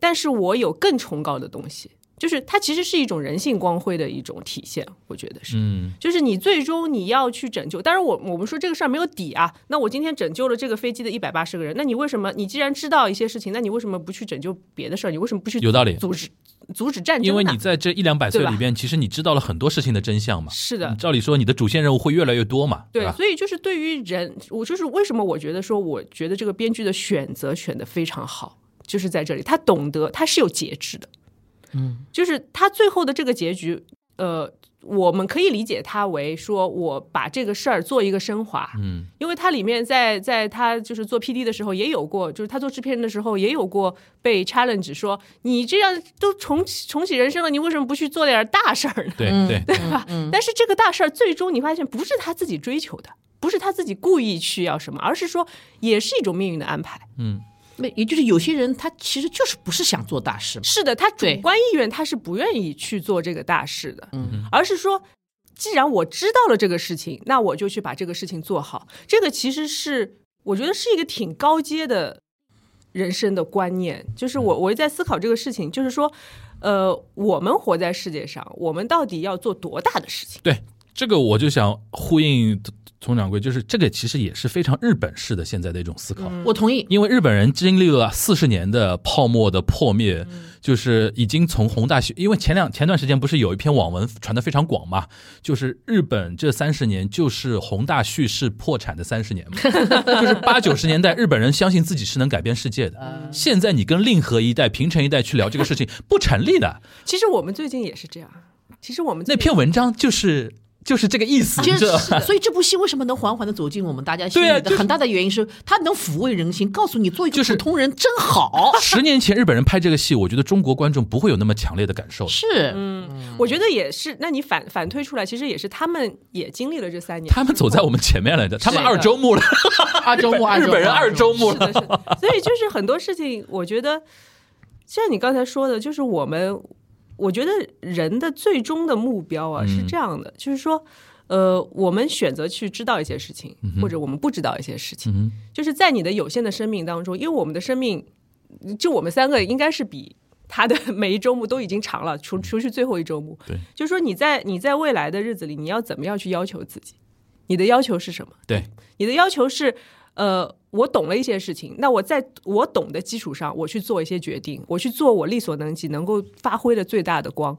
[SPEAKER 3] 但是我有更崇高的东西，就是它其实是一种人性光辉的一种体现，我觉得是。
[SPEAKER 2] 嗯，
[SPEAKER 3] 就是你最终你要去拯救。当然我，我们说这个事儿没有底啊。那我今天拯救了这个飞机的一百八十个人，那你为什么？你既然知道一些事情，那你为什么不去拯救别的事儿？你为什么不去
[SPEAKER 2] 有道理
[SPEAKER 3] 阻止阻止战争呢？
[SPEAKER 2] 因为你在这一两百岁
[SPEAKER 3] 对吧
[SPEAKER 2] 里边，其实你知道了很多事情的真相嘛。
[SPEAKER 3] 是的，
[SPEAKER 2] 照理说，你的主线任务会越来越多嘛，
[SPEAKER 3] 对，
[SPEAKER 2] 吧？
[SPEAKER 3] 所以就是对于人，我就是为什么我觉得说，我觉得这个编剧的选择选的非常好，就是在这里，他懂得他是有节制的，嗯，就是他最后的这个结局，呃，我们可以理解他为说我把这个事儿做一个升华，
[SPEAKER 2] 嗯，
[SPEAKER 3] 因为他里面在在他就是做 P D 的时候也有过，就是他做制片人的时候也有过被 challenge 说你这样都重启重启人生了，你为什么不去做点儿大事儿呢？
[SPEAKER 2] 对对，
[SPEAKER 3] 嗯对吧？但是这个大事儿最终你发现不是他自己追求的，不是他自己故意去要什么，而是说也是一种命运的安排。
[SPEAKER 2] 嗯，
[SPEAKER 4] 没，也就是有些人他其实就是不是想做大事嘛，
[SPEAKER 3] 是的，他主
[SPEAKER 4] 对
[SPEAKER 3] 观意愿他是不愿意去做这个大事的，而是说。既然我知道了这个事情，那我就去把这个事情做好。这个其实是我觉得是一个挺高阶的人生的观念，就是我我在思考这个事情，就是说，呃，我们活在世界上，我们到底要做多大的事情？
[SPEAKER 2] 对，这个我就想呼应佟掌柜，就是这个其实也是非常日本式的现在的一种思
[SPEAKER 3] 嗯
[SPEAKER 2] 考。
[SPEAKER 4] 我同意。
[SPEAKER 2] 因为日本人经历了四十年的泡沫的破灭，就是已经从宏大学，因为前两前段时间不是有一篇网文传的非常广嘛，就是日本这三十年就是宏大叙事破产的三十年嘛，就是八九十年代日本人相信自己是能改变世界的，现在你跟令和一代、平成一代去聊这个事情不成立的，
[SPEAKER 3] 其实我们最近也是这样。其实我们最
[SPEAKER 2] 那
[SPEAKER 3] 近
[SPEAKER 2] 篇文章就是就是这个意思，
[SPEAKER 4] 啊就
[SPEAKER 2] 你知 道
[SPEAKER 4] 是，所以这部戏为什么能缓缓的走进我们大家心
[SPEAKER 2] 对啊
[SPEAKER 4] 里
[SPEAKER 2] 就
[SPEAKER 4] 的
[SPEAKER 2] 是
[SPEAKER 4] 很大的原因是，它能抚慰人心，告诉你做一
[SPEAKER 2] 就
[SPEAKER 4] 个
[SPEAKER 2] 是
[SPEAKER 4] 普通人真好。
[SPEAKER 2] 十年前日本人拍这个戏，我觉得中国观众不会有那么强烈的感受的。
[SPEAKER 4] 是，
[SPEAKER 2] 嗯
[SPEAKER 3] 我觉得也是。那你反反推出来，其实也是他们也经历了这三年，
[SPEAKER 2] 他们走在我们前面来的，他们
[SPEAKER 3] 是的
[SPEAKER 2] 二周目了，
[SPEAKER 4] 二周末，
[SPEAKER 2] 日本人
[SPEAKER 4] 二
[SPEAKER 2] 二周目
[SPEAKER 3] 是
[SPEAKER 2] 了。
[SPEAKER 3] 的，是的。所以就是很多事情，我觉得像你刚才说的，就是我们，我觉得人的最终的目标
[SPEAKER 2] 嗯
[SPEAKER 3] 啊、是这样的，就是说，呃，我们选择去知道一些事情，或者我们不知道一些事情，
[SPEAKER 2] 嗯
[SPEAKER 3] 就是在你的有限的生命当中，因为我们的生命，就我们三个应该是比他的 每一周目都已经长了，除除去最后一周目，
[SPEAKER 2] 对，
[SPEAKER 3] 就是说你在你在未来的日子里，你要怎么样去要求自己？你的要求是什么？
[SPEAKER 2] 对，
[SPEAKER 3] 你的要求是，呃，我懂了一些事情，那我在我懂的基础上，我去做一些决定，我去做我力所能及能够发挥的最大的光。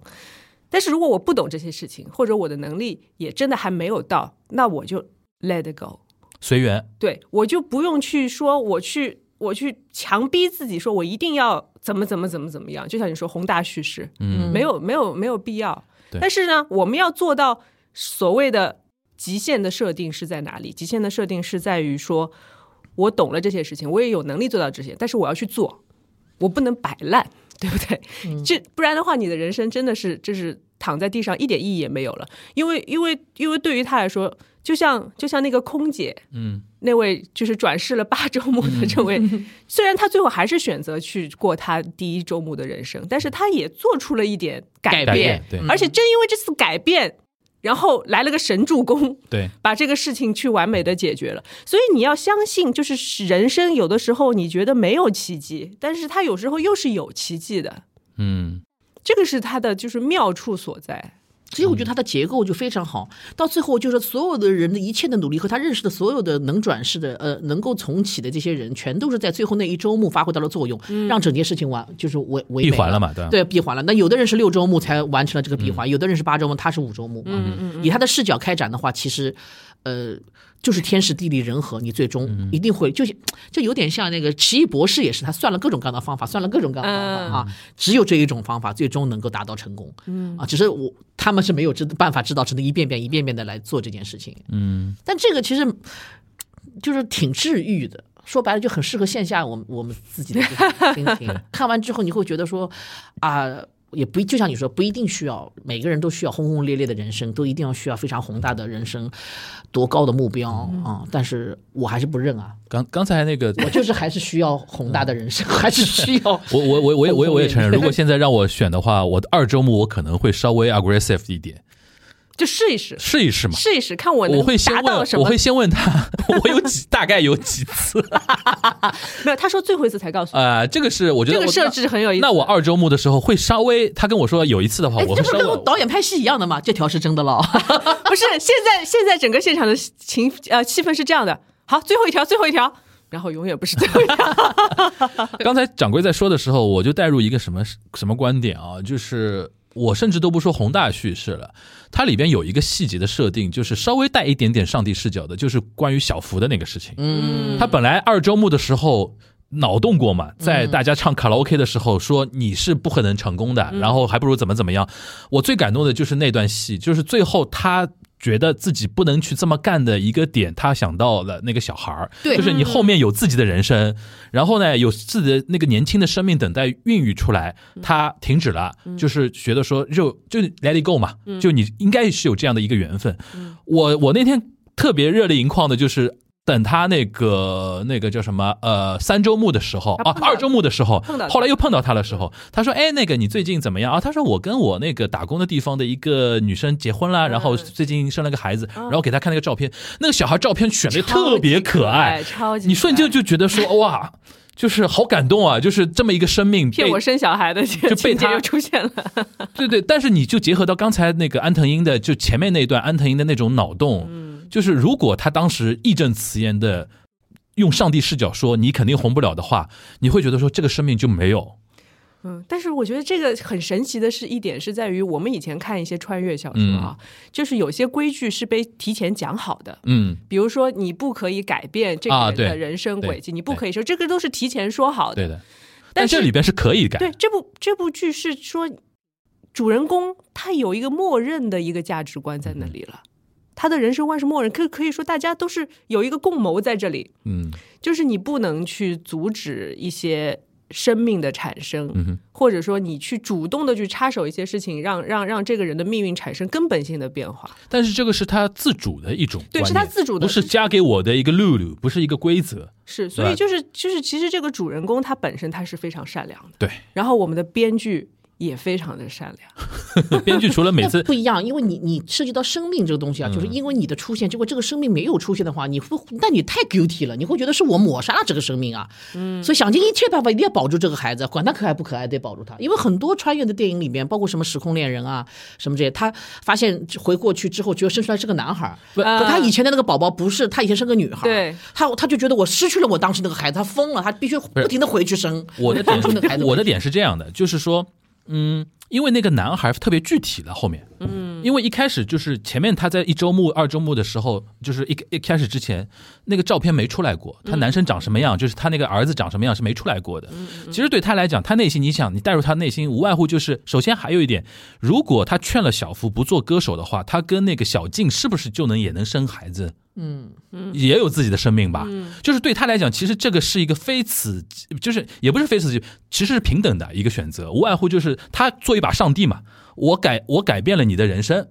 [SPEAKER 3] 但是如果我不懂这些事情，或者我的能力也真的还没有到，那我就 let it go。
[SPEAKER 2] 随缘，
[SPEAKER 3] 对我就不用去说我去我去强逼自己说我一定要怎么怎么怎么怎么样，就像你说宏大叙事，
[SPEAKER 2] 嗯，
[SPEAKER 3] 没有没有没有必要。
[SPEAKER 2] 对
[SPEAKER 3] 但是呢，我们要做到所谓的极限的设定是在哪里？极限的设定是在于说，我懂了这些事情，我也有能力做到这些，但是我要去做，我不能摆烂，对不对？这不然的话，你的人生真的是就是躺在地上一点意义也没有了。因为因为因为对于他来说，就像就像那个空姐，
[SPEAKER 2] 嗯，
[SPEAKER 3] 那位就是转世了八 周目的这位， 虽然他最后还是选择去过他第一周目的人生，但是他也做出了一点改
[SPEAKER 4] 改
[SPEAKER 2] 变对
[SPEAKER 3] 而且正因为这次改变，然后来了个神助攻，
[SPEAKER 2] 对，
[SPEAKER 3] 把这个事情去完美的解决了。所以你要相信，就是人生有的时候你觉得没有奇迹，但是它有时候又是有奇迹的，
[SPEAKER 2] 嗯，
[SPEAKER 3] 这个是它的就是妙处所在。
[SPEAKER 4] 所以我觉得它的结构就非常好。到最后，就是所有的人的一切的努力和他认识的所有的能转世的呃能够重启的这些人，全都是在最后那一周目发挥到了作用，让整件事情完就是完完
[SPEAKER 2] 闭嗯
[SPEAKER 4] 美
[SPEAKER 2] 环了嘛，对吧？
[SPEAKER 4] 对，闭环了。那有的人是六周目才完成了这个闭环，有的人是八周目，他是五周目嘛。以他的视角开展的话，其实，呃，就是天时地利人和，你最终一定会就是就有点像那个奇异博士也是，他算了各种各样的方法，算了各种各样的方法啊，只有这一种方法最终能够达到成功。嗯啊，只是我他们是没有知办法知道，只能一遍遍一遍遍的来做这件事情。
[SPEAKER 2] 嗯，
[SPEAKER 4] 但这个其实就是挺治愈的。说白了 就很适合线下我们我们自己的这种心情。看完之后你会觉得说啊、也不就像你说，不一定需要每个人都需要轰轰烈烈的人生，都一定要需要非常宏大的人生，多高的目标
[SPEAKER 2] 嗯
[SPEAKER 4] 啊、但是我还是不认啊，
[SPEAKER 2] 刚刚才那个，
[SPEAKER 4] 我就是还是需要宏大的人生，还是需要
[SPEAKER 2] 我我我我也我也我也承认，
[SPEAKER 4] 轰轰烈烈
[SPEAKER 2] 如果现在让我选的话，我二周目我可能会稍微 aggressive 一点，
[SPEAKER 3] 就试一试，
[SPEAKER 2] 试一试嘛。
[SPEAKER 3] 试一试，看我
[SPEAKER 2] 我
[SPEAKER 3] 能
[SPEAKER 2] 会先
[SPEAKER 3] 达
[SPEAKER 2] 问
[SPEAKER 3] 到什，
[SPEAKER 2] 我
[SPEAKER 3] 么。
[SPEAKER 2] 会先问他， 我有几大概有几 次
[SPEAKER 3] 没有，他说最后一次才告诉你，
[SPEAKER 2] 啊、呃这个是我觉得
[SPEAKER 3] 这个
[SPEAKER 2] 我
[SPEAKER 3] 设置很有意思。
[SPEAKER 2] 那我二周目的时候会稍微，他跟我说有一次的话，
[SPEAKER 4] 哎，
[SPEAKER 2] 我
[SPEAKER 4] 这
[SPEAKER 2] 会
[SPEAKER 4] 不
[SPEAKER 2] 稍
[SPEAKER 4] 跟我
[SPEAKER 2] 微。
[SPEAKER 4] 导演拍戏一样的吗？这条是真的了，
[SPEAKER 3] 不是现在现在整个现场的情呃气氛是这样的，好，最后一条，最后一条，然后永远不是最后一条。
[SPEAKER 2] 刚才掌柜在说的时候，我就带入一个什么什么观点啊，就是我甚至都不说宏大叙事了，它里边有一个细节的设定，就是稍微带一点点上帝视角的，就是关于小福的那个事情。
[SPEAKER 4] 嗯，
[SPEAKER 2] 他本来二周目的时候脑洞过嘛，在大家唱卡拉 OK 的时候说你是不可能成功的，然后还不如怎么怎么样。我最感动的就是那段戏，就是最后他。觉得自己不能去这么干的一个点，他想到了那个小孩儿，
[SPEAKER 4] 对
[SPEAKER 2] 就是你后面有自己的人
[SPEAKER 3] 嗯
[SPEAKER 2] 生，然后呢，有自己的那个年轻的生命等待孕育出来，
[SPEAKER 3] 嗯
[SPEAKER 2] 他停止了，就是觉得说就就 let it go 嘛，
[SPEAKER 3] 嗯
[SPEAKER 2] 就你应该是有这样的一个缘分。我我那天特别热泪盈眶的就是。等他那个那个叫什么呃三周目的时候
[SPEAKER 3] 他
[SPEAKER 2] 啊
[SPEAKER 3] 碰到
[SPEAKER 2] 二周目的时候
[SPEAKER 3] 碰到，他
[SPEAKER 2] 后来又碰到他的时候，他说哎那个你最近怎么样啊？他说我跟我那个打工的地方的一个女生结婚
[SPEAKER 3] 嗯
[SPEAKER 2] 了，然后最近生了个孩子，然后给他看那个照片，那个小孩照片选的特别可爱，
[SPEAKER 3] 超级可爱
[SPEAKER 2] 你瞬间就觉得说哇，就是好感动啊，就是这么一个生命
[SPEAKER 3] 骗
[SPEAKER 2] 被
[SPEAKER 3] 我生小孩的这
[SPEAKER 2] 就
[SPEAKER 3] 个
[SPEAKER 2] 被
[SPEAKER 3] 情节
[SPEAKER 2] 他
[SPEAKER 3] 又出现了。
[SPEAKER 2] 对对，但是你就结合到刚才那个安藤英的，就前面那一段安藤英的那种脑洞，
[SPEAKER 3] 嗯
[SPEAKER 2] 就是如果他当时义正辞严的用上帝视角说你肯定红不了的话，你会觉得说这个生命就没有。
[SPEAKER 3] 嗯，但是我觉得这个很神奇的是一点是在于，我们以前看一些穿越小说啊，就是有些规矩是被提前讲好的，
[SPEAKER 2] 嗯，
[SPEAKER 3] 比如说你不可以改变这
[SPEAKER 2] 啊
[SPEAKER 3] 个人的
[SPEAKER 2] 对
[SPEAKER 3] 人生轨迹，
[SPEAKER 2] 对
[SPEAKER 3] 你不可以说这个都是提前说好的。
[SPEAKER 2] 对的。
[SPEAKER 3] 但
[SPEAKER 2] 但
[SPEAKER 3] 是
[SPEAKER 2] 这里边是可以改，
[SPEAKER 3] 对，这部这部剧是说主人公他有一个默认的一个价值观在
[SPEAKER 2] 嗯
[SPEAKER 3] 那里了，他的人生观是默认，可可以说大家都是有一个共谋在这里，
[SPEAKER 2] 嗯
[SPEAKER 3] 就是你不能去阻止一些生命的产生，
[SPEAKER 2] 嗯哼
[SPEAKER 3] 或者说你去主动的去插手一些事情，让让让这个人的命运产生根本性的变化。
[SPEAKER 2] 但是这个是他自主的一种观念，
[SPEAKER 3] 对是他自主的
[SPEAKER 2] 不是加给我的一个露露，不是一个规则。
[SPEAKER 3] 是，所
[SPEAKER 2] 对
[SPEAKER 3] 以就是就是，其实这个主人公他本身他是非常善良的，
[SPEAKER 2] 对，
[SPEAKER 3] 然后我们的编剧也非常的善 良，
[SPEAKER 2] 编剧除了每
[SPEAKER 4] 那
[SPEAKER 2] 次
[SPEAKER 4] 不一样，因为你你涉及到生命这个东
[SPEAKER 2] 嗯
[SPEAKER 4] 西啊，就是因为你的出现，结果这个生命没有出现的话，你会，那你太 guilty 了，你会觉得是我抹杀了这个生命啊，嗯，所以想尽一切办法一定要保住这个孩子，管他可爱不可爱，得保住他，因为很多穿越的电影里面，包括什么时空恋人啊，什么这些，他发现回过去之后，觉得生出来是个男孩儿，可
[SPEAKER 2] 嗯
[SPEAKER 4] 他以前的那个宝宝不是，他以前是个女孩儿，
[SPEAKER 3] 对
[SPEAKER 4] 他他就觉得我失去了我当时那个孩子，他疯了，他必须不停的回去生，
[SPEAKER 2] 我的
[SPEAKER 4] 帮助那个孩
[SPEAKER 2] 点，
[SPEAKER 4] 子，
[SPEAKER 2] 我的点是这样的，就是说，嗯，因为那个男孩特别具体了，后面，嗯，因为一开始就是前面他在一周目、二周目的时候，就是一一开始之前那个照片没出来过，他男生长什么样，就是他那个儿子长什么样是没出来过的。其实对他来讲，他内心，你想，你带入他内心，无外乎就是，首先还有一点，如果他劝了小福不做歌手的话，他跟那个小静是不是就能也能生孩子？也有自己的生命吧。就是对他来讲，其实这个是一个非此即，就是也不是非此即，其实是平等的一个选择，无外乎就是他做一把上帝嘛，我改我改变了你的人生。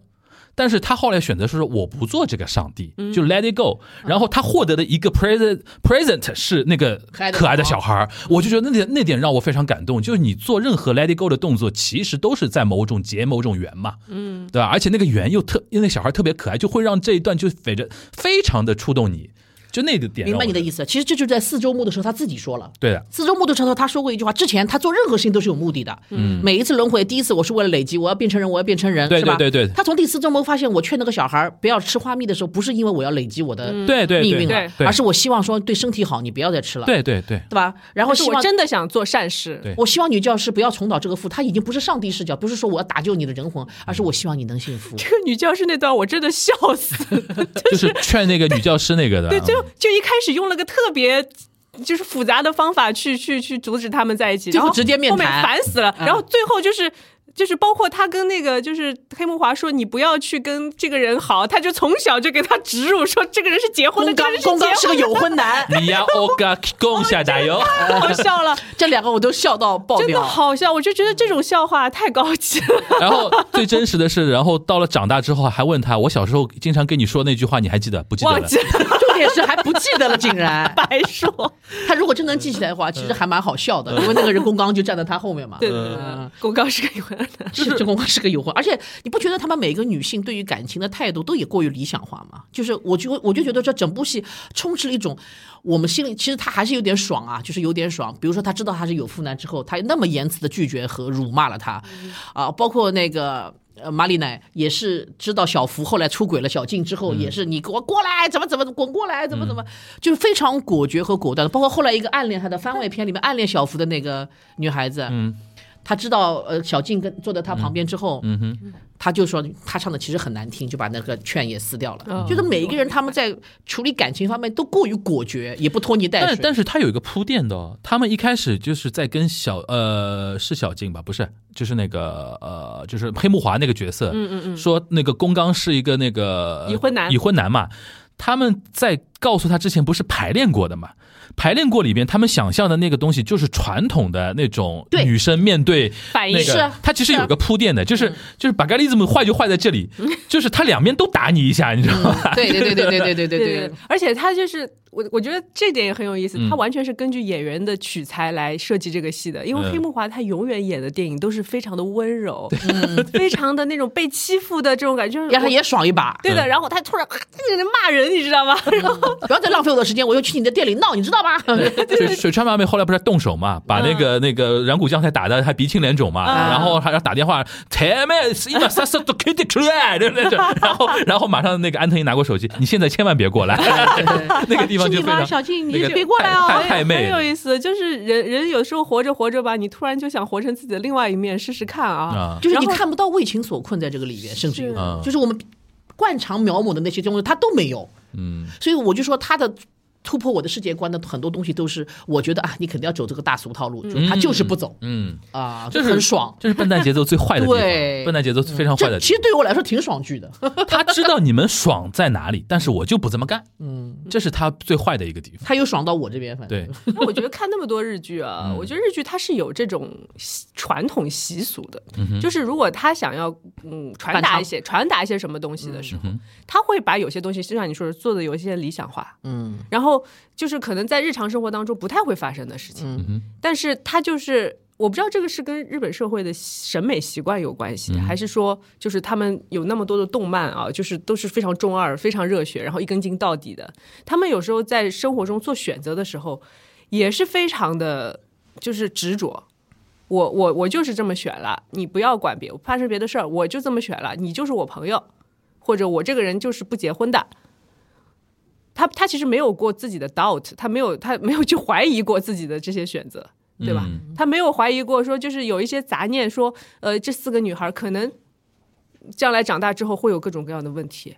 [SPEAKER 2] 但是他后来选择说，我不做这个上帝，就 let it go。然后他获得的一个 present present 是那个
[SPEAKER 4] 可爱的
[SPEAKER 2] 可爱的
[SPEAKER 4] 小
[SPEAKER 2] 小孩儿，我就觉得那点那点让我非常感动。就是你做任何 let it go 的动作，其实都是在某种结某种缘嘛。对吧？而且那个圆又特，因为那小孩特别可爱，就会让这一段就非着非常的触动你，就那个点。
[SPEAKER 4] 明白你的
[SPEAKER 2] 思？
[SPEAKER 4] 意思，啊其实这就是在四周目的时候他自己说了。
[SPEAKER 2] 对的，
[SPEAKER 4] 四周目的时候，他说过一句话：之前他做任何事情都是有目的的。嗯，每一次轮回，第一次我是为了累积，我要变成人，我要变成人，
[SPEAKER 2] 对
[SPEAKER 4] 是吧？
[SPEAKER 2] 对对对
[SPEAKER 4] 他从第四周目发现，我劝那个小孩儿不要吃花蜜的时候，不是因为我要累积我的
[SPEAKER 2] 对对
[SPEAKER 4] 命
[SPEAKER 2] 对
[SPEAKER 4] 运
[SPEAKER 2] 嗯对
[SPEAKER 4] 了，
[SPEAKER 2] 对
[SPEAKER 4] 而是我希望说对身体好，你不要再吃了，
[SPEAKER 2] 对对 对，
[SPEAKER 4] 对吧？然后
[SPEAKER 3] 但是
[SPEAKER 4] 希
[SPEAKER 3] 我
[SPEAKER 4] 望。
[SPEAKER 3] 真的想做善事，
[SPEAKER 2] 对
[SPEAKER 4] 我希望女教师不要重蹈这个覆，她已经不是上帝视角，不是说我要打救你的人魂，而是我希望你能幸 福。
[SPEAKER 3] 这个女教师那段我真的笑死了，
[SPEAKER 2] 就是劝那个女教师那个的。啊
[SPEAKER 3] 对，就就一开始用了个特别。就是复杂的方法去去去阻止他们在一起，
[SPEAKER 4] 最后
[SPEAKER 3] 然
[SPEAKER 4] 直接面谈嗯
[SPEAKER 3] 后面烦死了。然后最后就是就是包括他跟那个就是黑木华说你不要去跟这个人好，他就从小就给他植入说这个人是结婚的，这
[SPEAKER 4] 宫
[SPEAKER 3] 个
[SPEAKER 4] 刚
[SPEAKER 3] 人
[SPEAKER 4] 宫刚
[SPEAKER 3] 是
[SPEAKER 4] 是
[SPEAKER 3] 结婚
[SPEAKER 4] 个
[SPEAKER 3] 的，
[SPEAKER 4] 有婚 男，
[SPEAKER 2] 你呀，我嘎共下打油。
[SPEAKER 3] 太好笑了，
[SPEAKER 4] 这两个我都笑到爆
[SPEAKER 3] 真的
[SPEAKER 4] 掉。
[SPEAKER 3] 好笑，我就觉得这种笑话太高级了。
[SPEAKER 2] 然后最真实的是，然后到了长大之后还问他，我小时候经常跟你说那句话，你还记得不记得
[SPEAKER 3] 忘
[SPEAKER 2] 了？
[SPEAKER 3] 记了，
[SPEAKER 4] 重点是还不记得了，竟然
[SPEAKER 3] 白说。
[SPEAKER 4] 他如果真能记起来的话，其实还蛮好笑
[SPEAKER 2] 嗯
[SPEAKER 4] 的，因为那个人宫刚就站在他后面嘛。
[SPEAKER 3] 对对对对，公告是个有人的。
[SPEAKER 4] 是这公关 是个诱惑，而且你不觉得他们每个女性对于感情的态度都也过于理想化吗？就是我就我就觉得这整部戏充斥了一种我们心里其实他还是有点爽啊，就是有点爽。比如说他知道他是有妇男之后，他那么严词的拒绝和辱骂了他，啊、包括那个。呃，马里奶也是知道小福后来出轨了小静之后，也是你给我过来，怎么怎么滚过来，怎么怎么，就是非常果决和果断的。包括后来一个暗恋他的番外篇里面暗恋小福的那个女孩子，嗯，他知道呃小静跟坐在他旁边之后，嗯哼，他就说他唱的其实很难听，就把那个劝也撕掉了。
[SPEAKER 3] 嗯
[SPEAKER 4] 就是每一个人他们在处理感情方面都过于果决，也不拖泥带
[SPEAKER 2] 但
[SPEAKER 4] 水。
[SPEAKER 2] 但是他有一个铺垫的哦，他们一开始就是在跟小呃是小静吧，不是，就是那个呃就是黑木华那个角色，嗯嗯嗯，说那个宫刚是一个那个
[SPEAKER 3] 已婚男
[SPEAKER 2] 已婚男嘛，他们在告诉他之前不是排练过的嘛。排练过里边，他们想象的那个东西就是传统的那种
[SPEAKER 4] 对
[SPEAKER 2] 女生面对
[SPEAKER 3] 反应
[SPEAKER 2] 那
[SPEAKER 4] 是
[SPEAKER 2] 个
[SPEAKER 4] 啊，
[SPEAKER 2] 他其实有一个铺垫的，就是就是把盖利兹姆坏就坏在这里，就是他两边都打你一下，你知道吗？
[SPEAKER 4] 对对对对对对对对
[SPEAKER 3] 对，而且他就是我，我觉得这点也很有意
[SPEAKER 2] 嗯
[SPEAKER 3] 思。他完全是根据演员的取材来设计这个戏的，因为
[SPEAKER 2] 嗯
[SPEAKER 3] 黑木华他永远演的电影都是非常的温柔，嗯非常的那种被欺负的这种感觉，就是
[SPEAKER 4] 让他
[SPEAKER 3] 我
[SPEAKER 4] 也爽一把，
[SPEAKER 3] 对的。
[SPEAKER 2] 嗯
[SPEAKER 3] 然后他突然 啊那个人骂人，你知道吗？然后
[SPEAKER 4] 不要再浪费我的时间，我又去你的店里闹，你知 道吧？
[SPEAKER 2] 水水川麻美后来不是动手嘛，把那个那个软骨将太打的还鼻青脸肿嘛，然后还要打电话，才妹今三十都开得出来，对不对？然后然后马上那个安藤英拿过手机，你现在千万别过来， 那个地方就非常
[SPEAKER 4] 小静，
[SPEAKER 2] 那
[SPEAKER 4] 你
[SPEAKER 2] 个
[SPEAKER 4] 别过来
[SPEAKER 2] 太
[SPEAKER 4] 哦。
[SPEAKER 2] 太太妹
[SPEAKER 3] 哎很有意思。就是人人有时候活着活着吧，你突然就想活成自己的另外一面试试看啊。
[SPEAKER 2] 啊，
[SPEAKER 4] 就是你
[SPEAKER 3] 然后
[SPEAKER 4] 看不到为情所困在这个里面，甚至于
[SPEAKER 3] 是
[SPEAKER 2] 嗯
[SPEAKER 4] 就是我们惯常描摹的那些东西，他都没有。
[SPEAKER 2] 嗯，
[SPEAKER 4] 所以我就说他的突破我的世界观的很多东西都是，我觉得啊，你肯定要走这个大俗套路，就是他就是不走，
[SPEAKER 2] 嗯，
[SPEAKER 4] 啊，
[SPEAKER 2] 就是
[SPEAKER 4] 很爽。
[SPEAKER 2] 这是笨蛋节奏最坏的地方
[SPEAKER 4] 对，
[SPEAKER 2] 笨蛋节奏非常坏
[SPEAKER 4] 这
[SPEAKER 2] 的
[SPEAKER 4] 其
[SPEAKER 2] 地
[SPEAKER 4] 实对我来说挺爽剧的，
[SPEAKER 2] 方，他知道你们爽在哪里，但是我就不这么干，嗯，这是他最坏的一个地方，
[SPEAKER 4] 他又爽到我这边，反正
[SPEAKER 2] 对，
[SPEAKER 3] 那我觉得看那么多日剧啊，我觉得日剧它是有这种习传统习俗的，就是如果他想要嗯传
[SPEAKER 4] 反
[SPEAKER 3] 达
[SPEAKER 4] 常
[SPEAKER 3] 一些传达一些什么东西的时候，他会把有些东西，就像你说的，做的有一些理想化，
[SPEAKER 4] 嗯，
[SPEAKER 3] 然后就是可能在日常生活当中不太会发生的事情，
[SPEAKER 4] 嗯
[SPEAKER 2] 哼
[SPEAKER 3] 但是他就是我不知道这个是跟日本社会的审美习惯有关系，还是说就是他们有那么多的动漫啊，就是都是非常中二、非常热血，然后一根筋到底的。他们有时候在生活中做选择的时候，也是非常的就是执着。我我我就是这么选了，你不要管别，发生别的事儿，我就这么选了，你就是我朋友，或者我这个人就是不结婚的，他他其实没有过自己的 doubt，他没有他没有去怀疑过自己的这些选择，对吧？
[SPEAKER 2] 嗯
[SPEAKER 3] 他没有怀疑过说，就是有一些杂念说，呃，这四个女孩可能将来长大之后会有各种各样的问题，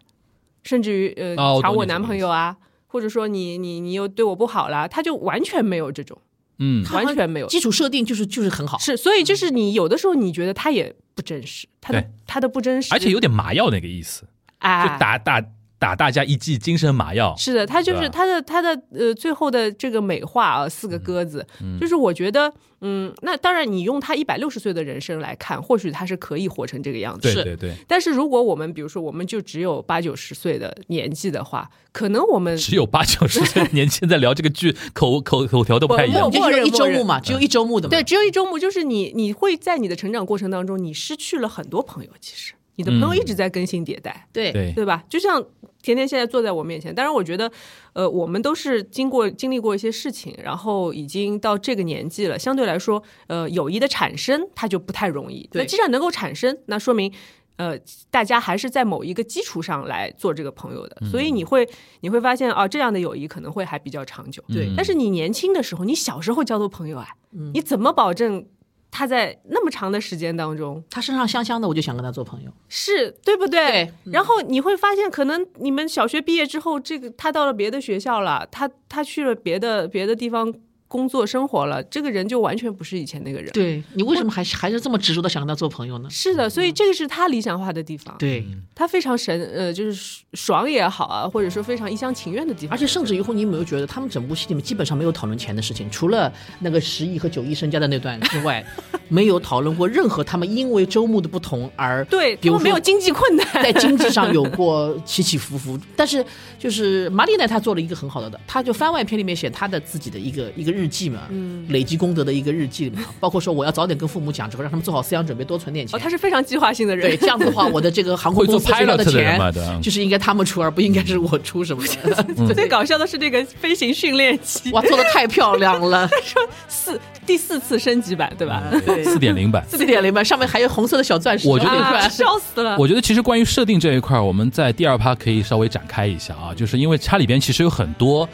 [SPEAKER 3] 甚至于呃
[SPEAKER 2] 哦我懂
[SPEAKER 3] 抢我
[SPEAKER 2] 你什么
[SPEAKER 3] 男朋
[SPEAKER 2] 意
[SPEAKER 3] 友啊，或者说你你你又对我不好啦，他就完全没有这种，
[SPEAKER 2] 嗯，
[SPEAKER 3] 完全没有。
[SPEAKER 4] 基础设定就是就是很好，
[SPEAKER 3] 是，所以就是你有的时候你觉得他也不真实，他的
[SPEAKER 2] 对
[SPEAKER 3] 他的不真实，
[SPEAKER 2] 而且有点麻药那个意思，
[SPEAKER 3] 哎，
[SPEAKER 2] 就打打打大家一剂精神麻药。
[SPEAKER 3] 是的，他就
[SPEAKER 2] 对
[SPEAKER 3] 是
[SPEAKER 2] 吧嗯
[SPEAKER 3] 他的他的呃最后的这个美化啊，四个鸽子，就是我觉得嗯，那当然你用他一百六十岁的人生来看，或许他是可以活成这个样子，
[SPEAKER 2] 对
[SPEAKER 4] 是
[SPEAKER 2] 对对，
[SPEAKER 3] 但是如果我们比如说我们就只有八九十岁的年纪的话，可能我们
[SPEAKER 2] 只有八九十岁的年轻在聊这个剧，口 口口条都不太一
[SPEAKER 3] 我
[SPEAKER 2] 样
[SPEAKER 3] 我。
[SPEAKER 4] 就
[SPEAKER 3] 默
[SPEAKER 4] 是
[SPEAKER 3] 认
[SPEAKER 4] 一周目嘛，只有一周目的嘛，
[SPEAKER 3] 对，只有一周目，就是你你会在你的成长过程当中，你失去了很多朋友，其实你的
[SPEAKER 2] 嗯
[SPEAKER 3] 朋友一直在更新迭代。
[SPEAKER 4] 对
[SPEAKER 2] 对，
[SPEAKER 3] 对吧？就像甜甜现在坐在我面前，当然我觉得，呃，我们都是经过经历过一些事情，然后已经到这个年纪了，相对来说，呃，友谊的产生它就不太容易。
[SPEAKER 4] 对
[SPEAKER 3] 那既然能够产生，那说明。呃，大家还是在某一个基础上来做这个朋友的，所以你会你会发现啊，这样的友谊可能会还比较长久。
[SPEAKER 4] 对
[SPEAKER 3] 但是你年轻的时候，你小时候交的朋友啊，你怎么保证他在那么长的时间当中
[SPEAKER 4] 他身上香香的，我就想跟他做朋友，
[SPEAKER 3] 是对不对？
[SPEAKER 4] 对嗯
[SPEAKER 3] 然后你会发现，可能你们小学毕业之后，这个他到了别的学校了，他他去了别的别的地方工作生活了，这个人就完全不是以前那个人。
[SPEAKER 4] 对你为什么还是还是这么执着的想跟他做朋友呢？
[SPEAKER 3] 是的，所以这个是他理想化的地方，
[SPEAKER 4] 对，
[SPEAKER 2] 嗯
[SPEAKER 3] 他非常神，呃，就是爽也好啊，或者说非常一厢情愿的地方。
[SPEAKER 4] 而且甚至于乎，你有没有觉得他们整部戏里面基本上没有讨论钱的事情，除了那个十亿和九亿身家的那段之 外，没有讨论过任何他们因为周末的不同而
[SPEAKER 3] 对，
[SPEAKER 4] 比
[SPEAKER 3] 他
[SPEAKER 4] 如
[SPEAKER 3] 们没有
[SPEAKER 4] 说
[SPEAKER 3] 经济困 难，
[SPEAKER 4] 在经济上有过起起伏伏，但是就是马里奈他做了一个很好的的，他就番外篇里面写他的自己的一个一个日记嘛，累积功德的一个日记嘛，包括说我要早点跟父母讲，之后让他们做好思想准备，多存点 钱。
[SPEAKER 3] 哦，他是非常计划性的
[SPEAKER 4] 对，
[SPEAKER 3] 人
[SPEAKER 4] 这。样子的话，我的这个航空公司
[SPEAKER 2] 会做
[SPEAKER 4] 学到
[SPEAKER 2] pilot 的人
[SPEAKER 4] 钱
[SPEAKER 2] 嘛对啊吧
[SPEAKER 4] 就是应该他们出，而不应该是我出什么 的。
[SPEAKER 3] 最搞笑的是那个飞行训练机，
[SPEAKER 4] 哇，做的太漂亮了，
[SPEAKER 3] 四第四次升级版，对吧？
[SPEAKER 2] 四点零版。
[SPEAKER 4] 四点零吧，上面还有红色的小钻石，
[SPEAKER 2] 我觉得
[SPEAKER 4] 啊
[SPEAKER 3] 啊，笑死了！
[SPEAKER 2] 我觉得其实关于设定这一块儿，我们在第二趴可以稍微展开一下啊，就是因为它里边其实有很多，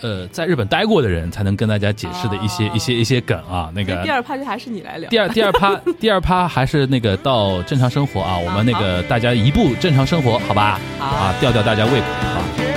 [SPEAKER 2] 呃，在日本待过的人才能跟大家解释的一些、一些一些梗啊。那个
[SPEAKER 3] 哦哎第二趴就还是你来聊。
[SPEAKER 2] 第二第二 趴第二趴还是那个到正常生活啊，我们那个大家一步正常生活，好吧？啊，吊吊大家胃口啊。
[SPEAKER 3] 是